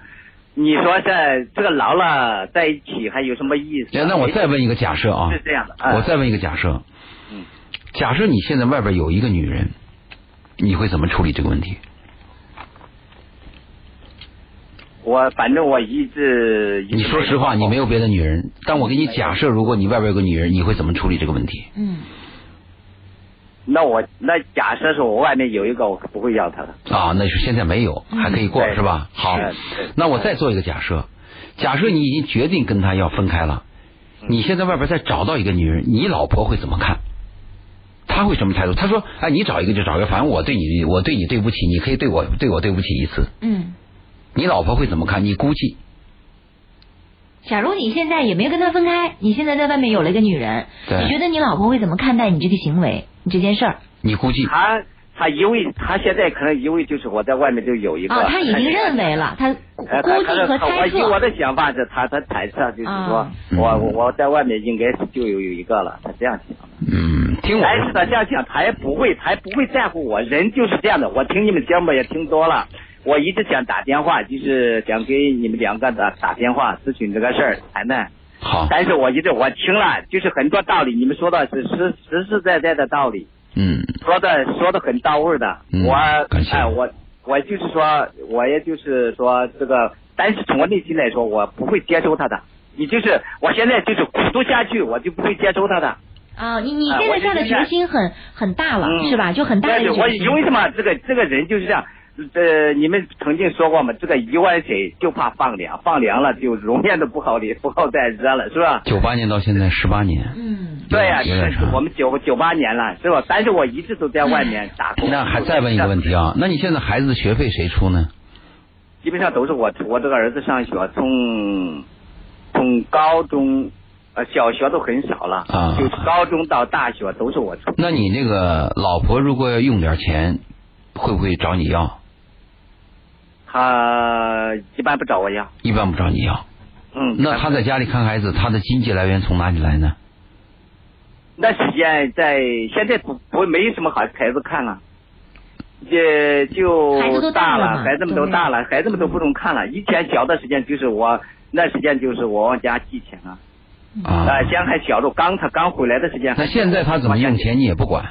D: 你说这这个老了在一起还有什么意思啊？
C: 那我再问一个假设啊，
D: 是这样的哎
C: 我再问一个假设，
D: 嗯，
C: 假设你现在外边有一个女人，你会怎么处理这个问题？
D: 我反正我一直
C: 你说实话，你没
D: 有
C: 有别的女人，但我给你假设，如果你外边有个女人，你会怎么处理这个问题？
B: 嗯，
D: 那我那假设是我外面有一个，我不会要他的。
C: 啊，那是现在没有，还可以过、
D: 嗯对
C: 是吧？好
D: 是对，
C: 那我再做一个假设，假设你已经决定跟他要分开了，
D: 嗯
C: 你现在外边再找到一个女人，你老婆会怎么看？她会什么态度？她说：“哎，你找一个就找一个，反正我对你，我对你对不起，你可以对我对我对不起一次。
B: 嗯，”
C: 你老婆会怎么看？你估计
B: 假如你现在也没有跟他分开，你现在在外面有了一个女人，
C: 对
B: 你觉得你老婆会怎么看待你这个行为，你这件事儿？
C: 你估计
D: 他他因为他现在可能因为就是我在外面就有一个，
B: 啊，他已经认为了，他估
D: 呃，他
B: 计
D: 他
B: 和
D: 他我
B: 猜
D: 以我
B: 测，
D: 的想法是他他猜测就是说
B: 啊，
D: 我
C: 嗯
D: 我在外面应该是就有有一个了，他这样想。
C: 嗯，听我
D: 但
C: 的，
D: 是他这样想，他也不会，他也不会在乎我。人就是这样的，我听你们节目也听多了，我一直想打电话，就是想给你们两个打打电话咨询这个事儿谈谈。
C: 好，
D: 但是我一直我听了，就是很多道理，你们说的是实实实在在的道理。
C: 嗯，
D: 说的说的很到位的，
C: 嗯
D: 我
C: 感谢
D: 哎我我就是说，我也就是说这个，但是从我内心来说，我不会接受他的。你就是我现在就是苦读下去，我就不会接受他的。
B: 啊，你你
D: 哎
B: 现
D: 我
B: 在下的
D: 现在
B: 决心很很大了，
D: 嗯
B: 是吧？就很大
D: 但
B: 的一
D: 是
B: 个
D: 我
B: 决心
D: 因。为什么？这个这个人就是这样。呃，你们曾经说过嘛，这个一碗水就怕放凉，放凉了就永远都不好里不好再热了，是吧？
C: 九八年到现在十八年，
B: 嗯，
D: 对呀、
C: 有点
D: 是
C: 长
D: 我们九九八年了，是吧？但是我一直都在外面打工。
C: 那还再问一个问题啊，那你现在孩子的学费谁出呢？
D: 基本上都是我我这个儿子上学，从从高中，呃小学都很少了，
C: 啊
D: 就高中到大学都是我出。
C: 那你那个老婆如果要用点钱，会不会找你要？
D: 他一般不找我要，
C: 一般不找你要。
D: 嗯，
C: 那他在家里看孩子，他的经济来源从哪里来呢？
D: 那现在现在不不没什么孩孩子看了，也就
B: 孩子都大
D: 大
B: 了嘛
D: 孩子们都
B: 对
D: 大了，孩子们都不嗯用看了。以前小的时间就是我那时间就是我往家寄钱啊，
C: 啊，
D: 啊，现在还小着，刚他刚回来的时间。
C: 那现在他怎么用？钱你也不管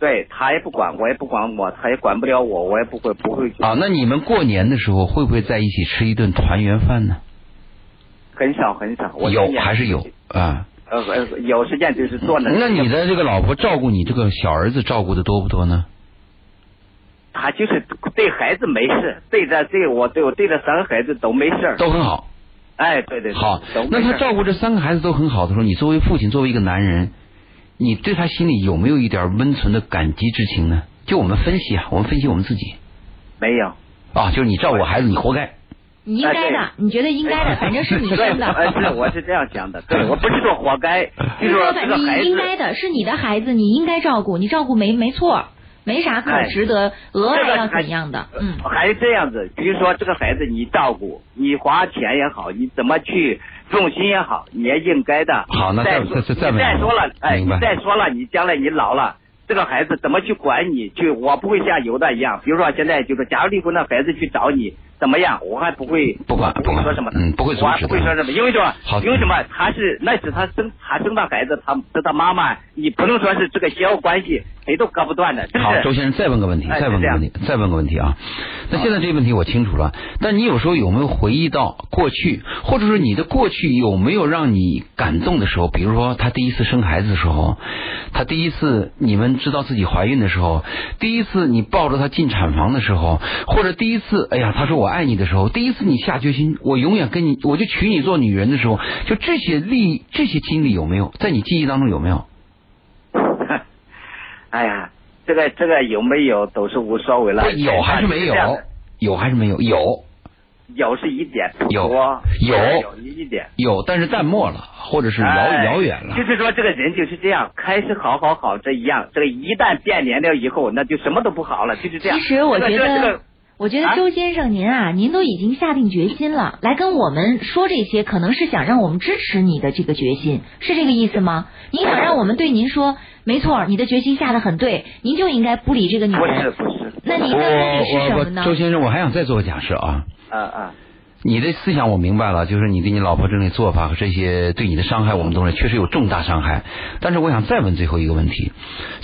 D: 对他也不管，我也不管我，他也管不了我，我也不会不会去
C: 啊？那你们过年的时候会不会在一起吃一顿团圆饭呢？
D: 很少很少。我
C: 有
D: 现在
C: 还是有啊？
D: 呃呃有时间就是做那。
C: 那你的这个老婆照顾你这个小儿子照顾的多不多呢？
D: 他就是对孩子没事，对着对我对我对着三个孩子都没事儿。
C: 都很好。
D: 哎，对对对
C: 好
D: 都，没
C: 那
D: 事
C: 他
D: 儿
C: 照顾这三个孩子都很好的时候，你作为父亲，作为一个男人，你对他心里有没有一点温存的感激之情呢？就我们分析啊，我们分析我们自己
D: 没有。
C: 啊，就是你照顾我孩子，你活该。
B: 你应该的
D: 哎，
B: 你觉得应该的，反正是你生
D: 对呃，是
B: 的。
D: 我是这样想的，对我不是说活 该，
B: 就是说
D: 说
B: 反
D: 这
B: 正
D: 个孩
B: 你
D: 子
B: 应该的，是你的孩子，你应该照顾，你照顾没没错，没啥可值得额
D: 哎
B: 外
D: 这个
B: 要
D: 孩
B: 怎样的。
D: 呃
B: 嗯，
D: 还是这样子，比如说这个孩子你照顾，你花钱也好，你怎么去用心也好，你也应该的。
C: 好那
D: 再
C: 再
D: 说
C: 再再
D: 你再说了，哎，
C: 明白
D: 你再说了，你将来你老了。这个孩子怎么去管你？去，我不会像有的一样，比如说现在就是，假如离婚的孩子去找你怎么样，我还不会
C: 不管
D: 不会说什么，
C: 嗯不会阻止
D: 我还不会
C: 的
D: 说什么，因为什么？
C: 好
D: 因为什么？他是那是他生他生的孩子，他是他妈妈，你不能说是这个血缘关系谁都割不断的，是不
C: 好，周
D: 是？
C: 先生，再问个问题，
D: 哎
C: 再问个问题，再问个问题啊。那现在这个问题我清楚了，但你有时候有没有回忆到过去，或者说你的过去有没有让你感动的时候？比如说他第一次生孩子的时候，他第一次你们知道自己怀孕的时候，第一次你抱着他进产房的时候，或者第一次哎呀他说我爱你的时候，第一次你下决心我永远跟你我就娶你做女人的时候，就这些历这些经历有没有在你记忆当中有没有？
D: 哎呀，这个这个有没有都是无所谓了。
C: 哎有还是没有
D: 哎这样的？
C: 有还是没有？有。
D: 有是一点，不
C: 有
D: 多
C: 有
D: 有一点。
C: 有，但是淡漠了，或者是遥、
D: 哎
C: 遥远了
D: 就。是说，这个人就是这样，开始好好好这一样，这个一旦变脸了以后，那就什么都不好了，就是这样。
B: 其实我觉
D: 这个这个这
B: 得
D: 个。
B: 我觉得
D: 啊
B: 周先生您啊，您都已经下定决心了，来跟我们说这些，可能是想让我们支持你的这个决心，是这个意思吗？您想让我们对您说，没错，你的决心下的很对，您就应该不理这个女
D: 不是
B: 人。
D: 不是，
B: 那您
C: 我
B: 的目的是什
C: 我
B: 么呢
C: 我，？周先生，我还想再做个假设啊。
D: 啊啊，
C: 你的思想我明白了，就是你对你老婆这类做法和这些对你的伤害，我们都是确实有重大伤害。但是我想再问最后一个问题，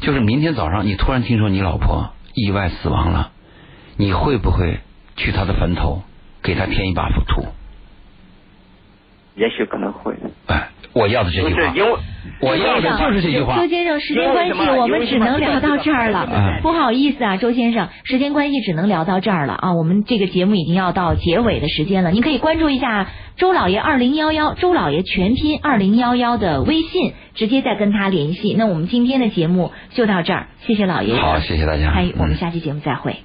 C: 就是明天早上你突然听说你老婆意外死亡了，你会不会去她的坟头给她添一把土？
D: 也许可能会。
C: 哎，我要的这
D: 不
C: 句
D: 是
C: 话，
D: 因为
C: 我要的就是这句话
B: 周。先生，时间关系，我们只能聊到这儿了
C: 嗯，
B: 不好意思啊，周先生，时间关系只能聊到这儿了啊。我们这个节目已经要到结尾的时间了，您可以关注一下周老爷二零幺幺，周老爷全拼二零幺幺的微信，直接再跟他联系。那我们今天的节目就到这儿，谢谢老爷。
C: 好，谢谢大家。
B: 哎，我们
C: 嗯
B: 下期节目再会。